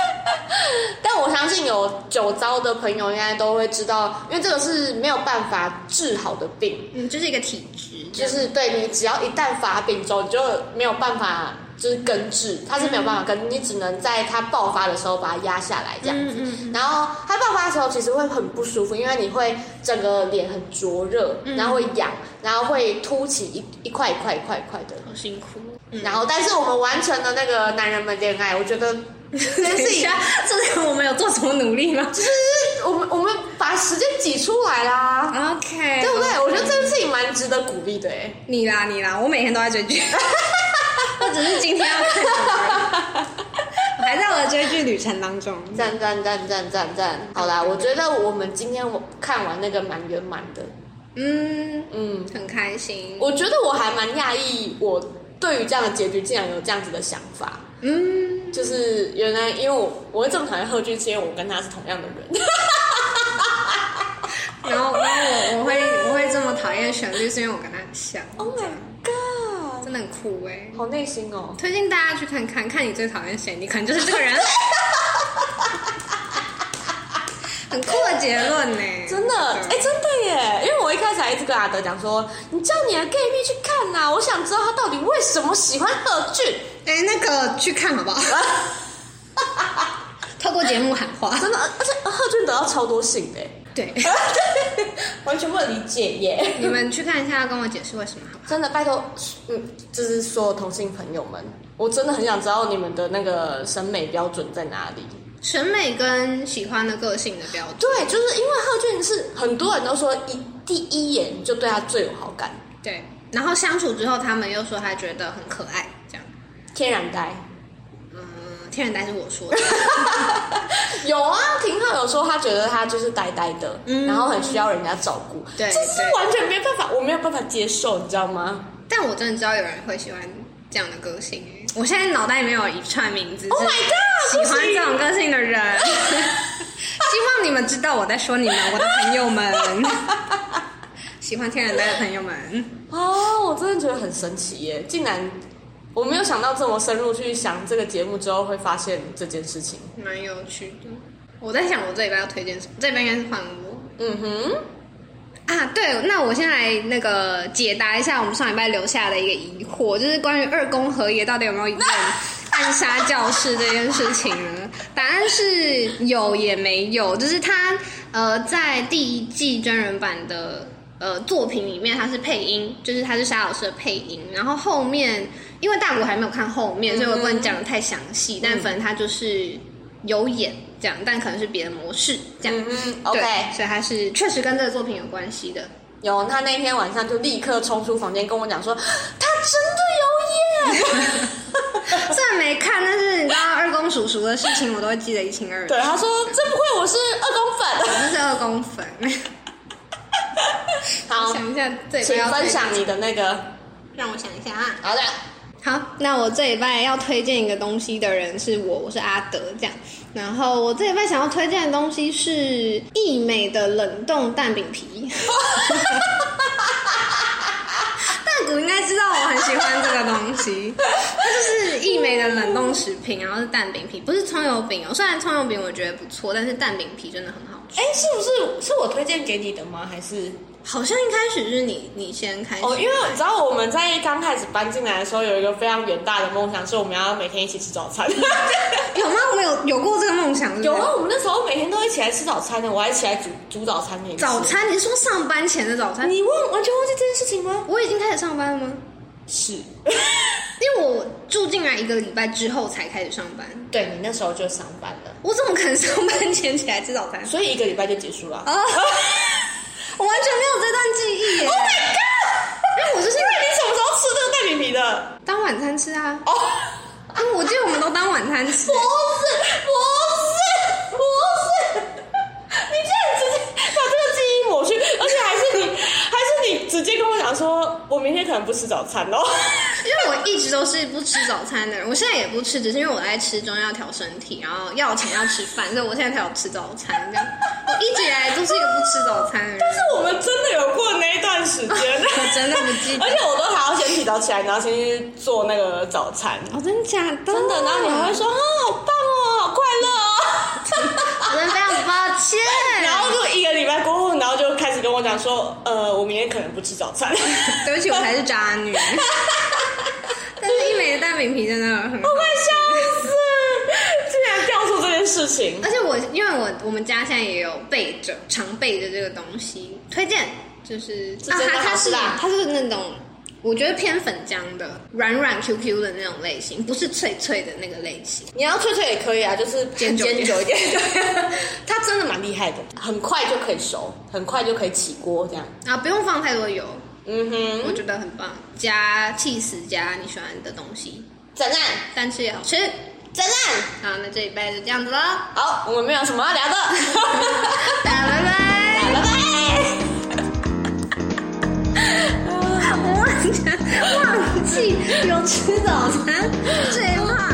Speaker 2: 但我相信有酒糟的朋友应该都会知道，因为这个是没有办法治好的病。
Speaker 1: 嗯，就是一个体质这
Speaker 2: 就
Speaker 1: 样，
Speaker 2: 是对你只要一旦发病之后，你就没有办法就是根治，它是没有办法根治，你只能在它爆发的时候把它压下来这样子。
Speaker 1: 嗯嗯
Speaker 2: 然后它爆发的时候其实会很不舒服，因为你会整个脸很灼热，
Speaker 1: 嗯
Speaker 2: 然后会痒，然后会凸起一一块一块一块一块的。
Speaker 1: 好辛苦。
Speaker 2: 然后，但是我们完成了那个男人们恋爱，我觉 得这件
Speaker 1: 等
Speaker 2: 事
Speaker 1: 一
Speaker 2: 情
Speaker 1: 下，这个我们有做什么努力吗
Speaker 2: 就是我们我们把时间挤出来啦，
Speaker 1: ？OK，
Speaker 2: 对不对？我觉
Speaker 1: 哎
Speaker 2: 得这件事情蛮值得鼓励的哎诶。
Speaker 1: 你啦你啦，我每天都在追剧， 我只是今天要看什么，我还在我的追剧旅程当中。
Speaker 2: 赞赞赞赞赞赞！好啦，我觉得我们今天我看完那个蛮圆满的，
Speaker 1: 嗯，
Speaker 2: 嗯，
Speaker 1: 很开心。
Speaker 2: 我觉得我还蛮讶异，我对于这样的结局竟然有这样子的想法，
Speaker 1: 嗯，
Speaker 2: 就是原来因为我我会这么讨厌贺军，是因为我跟他是同样的人，
Speaker 1: 然后然后我我会我会这么讨厌旋律，是因为我跟他很像，
Speaker 2: ，Oh my god，
Speaker 1: 真的很酷哎、
Speaker 2: 好内心哦，
Speaker 1: 推荐大家去看看，看你最讨厌谁，你可能就是这 个人。很酷的结论欸呢、
Speaker 2: 真的，哎、真的耶，因为我一开始还一直跟阿德讲说，你叫你的 gay 蜜去看呐、我想知道他到底为什么喜欢贺俊，
Speaker 1: 哎、那个去看好不 好？透过节目喊话，
Speaker 2: 真的，而而且呃贺俊得到超多信的耶，
Speaker 1: 对，
Speaker 2: 完全不能理解耶。
Speaker 1: 你们去看一下，跟我解释为什么好不好？
Speaker 2: 真的拜托，嗯，就是所有同性朋友们，我真的很想知道你们的那个审美标准在哪里。
Speaker 1: 审美跟喜欢的个性的标准。
Speaker 2: 对，就是因为贺俊是很多人都说一第一眼就对他最有好感，
Speaker 1: 对，然后相处之后，他们又说他觉得很可爱，这样。
Speaker 2: 天然呆。
Speaker 1: 嗯，天然呆是我 说的，
Speaker 2: 有啊，廷浩有说他觉得他就是呆呆的，
Speaker 1: 嗯
Speaker 2: 然后很需要人家照顾，
Speaker 1: 对
Speaker 2: 这是
Speaker 1: 对
Speaker 2: 完全没办法，我没有办法接受，你知道吗
Speaker 1: 但我真的知道有人会喜欢这样的个性。我现在脑袋里面有一串名字
Speaker 2: ？Oh
Speaker 1: 是
Speaker 2: my god！
Speaker 1: 喜
Speaker 2: 不
Speaker 1: 欢
Speaker 2: 行
Speaker 1: 这种个性的 人。希望你们知道我在说你们，我的朋友 们，喜欢天然呆的朋友们。
Speaker 2: 哦，我真的觉得很神奇耶！竟然我没有想到这么深入去想这个节目之后会发现这件事情。
Speaker 1: 蛮有趣的。我在想我这礼拜要推荐什么，这礼拜应该是换我
Speaker 2: 嗯哼，
Speaker 1: 啊。对，那我先来那个解答一下我们上礼拜留下的一个疑惑，就是关于二宫和也到底有没有 认暗杀教室这件事情呢？答案是有也没有，就是他呃在第一季真人版的。呃，作品里面他是配音，就是他是沙老师的配音。然后后面，因为大谷还没有看后面，所以我
Speaker 2: 嗯
Speaker 1: 不能讲的太详细。但反正他就是有演这样，但可能是别的模式这样。
Speaker 2: 嗯哼
Speaker 1: 对
Speaker 2: ，OK，
Speaker 1: 所以它是确实跟这个作品有关系 的。
Speaker 2: 有他那天晚上就立刻冲出房间跟我讲说，他真的有演。
Speaker 1: 虽然没看，但是你知道二公叔叔的事情，我都会记得一清二楚。
Speaker 2: 对，他说真不愧我是二
Speaker 1: 我就是二公粉。
Speaker 2: 公 粉。好，
Speaker 1: 想一下，这礼拜
Speaker 2: 请
Speaker 1: 要推
Speaker 2: 分享你的那个。哎
Speaker 1: 让我想一下啊。
Speaker 2: 好的，
Speaker 1: 好，那我这礼拜要推荐一个东西的人是我，我是阿德这样。然后我这礼拜想要推荐的东西是益美的冷冻蛋饼 皮。蛋谷应该知道我很喜欢这个东西，它就是益美的冷冻食品，然后是蛋饼皮，不是葱油饼哦。虽然葱油饼我觉得不错，但是蛋饼皮真的很好吃。
Speaker 2: 哎，是不是是我推荐给你的吗？还是？
Speaker 1: 好像一开始是你你先开始
Speaker 2: 哦，因为你知道我们在刚开始搬进来的时候，有一个非常远大的梦想，是我们要每天一起吃早餐。
Speaker 1: 有吗？我有有过这个梦想是不是
Speaker 2: 有啊，我们那时候每天都一起来吃早餐的，我还一起来煮煮早餐给你吃。
Speaker 1: 早餐，你是说上班前的早餐？
Speaker 2: 你忘完全忘记这件事情吗？
Speaker 1: 我已经开始上班了吗？
Speaker 2: 是，
Speaker 1: 因为我住进来一个礼拜之后才开始上班，
Speaker 2: 对你那时候就上班了，
Speaker 1: 我怎么可能上班前起来吃早餐？
Speaker 2: 所以一个礼拜就结束了。
Speaker 1: 啊、我完全没有这段记忆耶
Speaker 2: Oh my god！
Speaker 1: 因为我就是
Speaker 2: 那你什么时候吃这个蛋饼皮的？
Speaker 1: 当晚餐吃啊，
Speaker 2: 哦，
Speaker 1: 啊，我记得我们都当晚餐吃
Speaker 2: 不。是，不是，不是，你竟然直接把这个记忆抹去，而且还是你， 还是你直接跟我讲说，我明天可能不吃早餐哦。
Speaker 1: 因为我一直都是不吃早餐的人，我现在也不吃，只是因为我在吃中药调身体，然后要钱要吃饭，所以我现在才有吃早餐这样。我一直以来都是一个不吃早餐的人
Speaker 2: 但，是我们真的有过那一段时间。
Speaker 1: 我真的不记得
Speaker 2: 而。且我都还要先提早起来，然后先去做那个早餐，
Speaker 1: 哦，真的假的？
Speaker 2: 真的。然后你还会说啊，好棒哦，好快 乐哦。
Speaker 1: 我真的非常抱歉。
Speaker 2: 然后就一个礼拜过后，然后就开始跟我讲说，呃，我明天可能不吃早餐。
Speaker 1: 对不起，我才是渣 女。但是一美的蛋饼皮真的很好，
Speaker 2: 我快笑死！ 竟然掉出这件事情，
Speaker 1: 而且我因为我我们家现在也有备着常备着这个东西，推荐就是啊
Speaker 2: 真的
Speaker 1: 它
Speaker 2: 好
Speaker 1: 它
Speaker 2: 吃
Speaker 1: 是
Speaker 2: 啦
Speaker 1: 它是那种我觉得偏粉浆的软软 Q Q 的那种类型，不是脆脆的那个类型。
Speaker 2: 你要脆脆也可以啊，就是
Speaker 1: 煎久一点
Speaker 2: 一点。 它真的蛮厉害的，很快就可以熟，很快就可以起锅这样。
Speaker 1: 啊，不用放太多油，
Speaker 2: 嗯
Speaker 1: 我
Speaker 2: 哼，
Speaker 1: 觉得很棒。加 cheese 加你喜欢的东西，
Speaker 2: 赞赞
Speaker 1: 单吃也好吃。
Speaker 2: 赞赞！
Speaker 1: 好，那这一拜就这 样子了，
Speaker 2: 好，我们没有什么要聊的，
Speaker 1: 大家拜拜。
Speaker 2: 拜拜。
Speaker 1: 我完全忘记有吃早餐这一趴。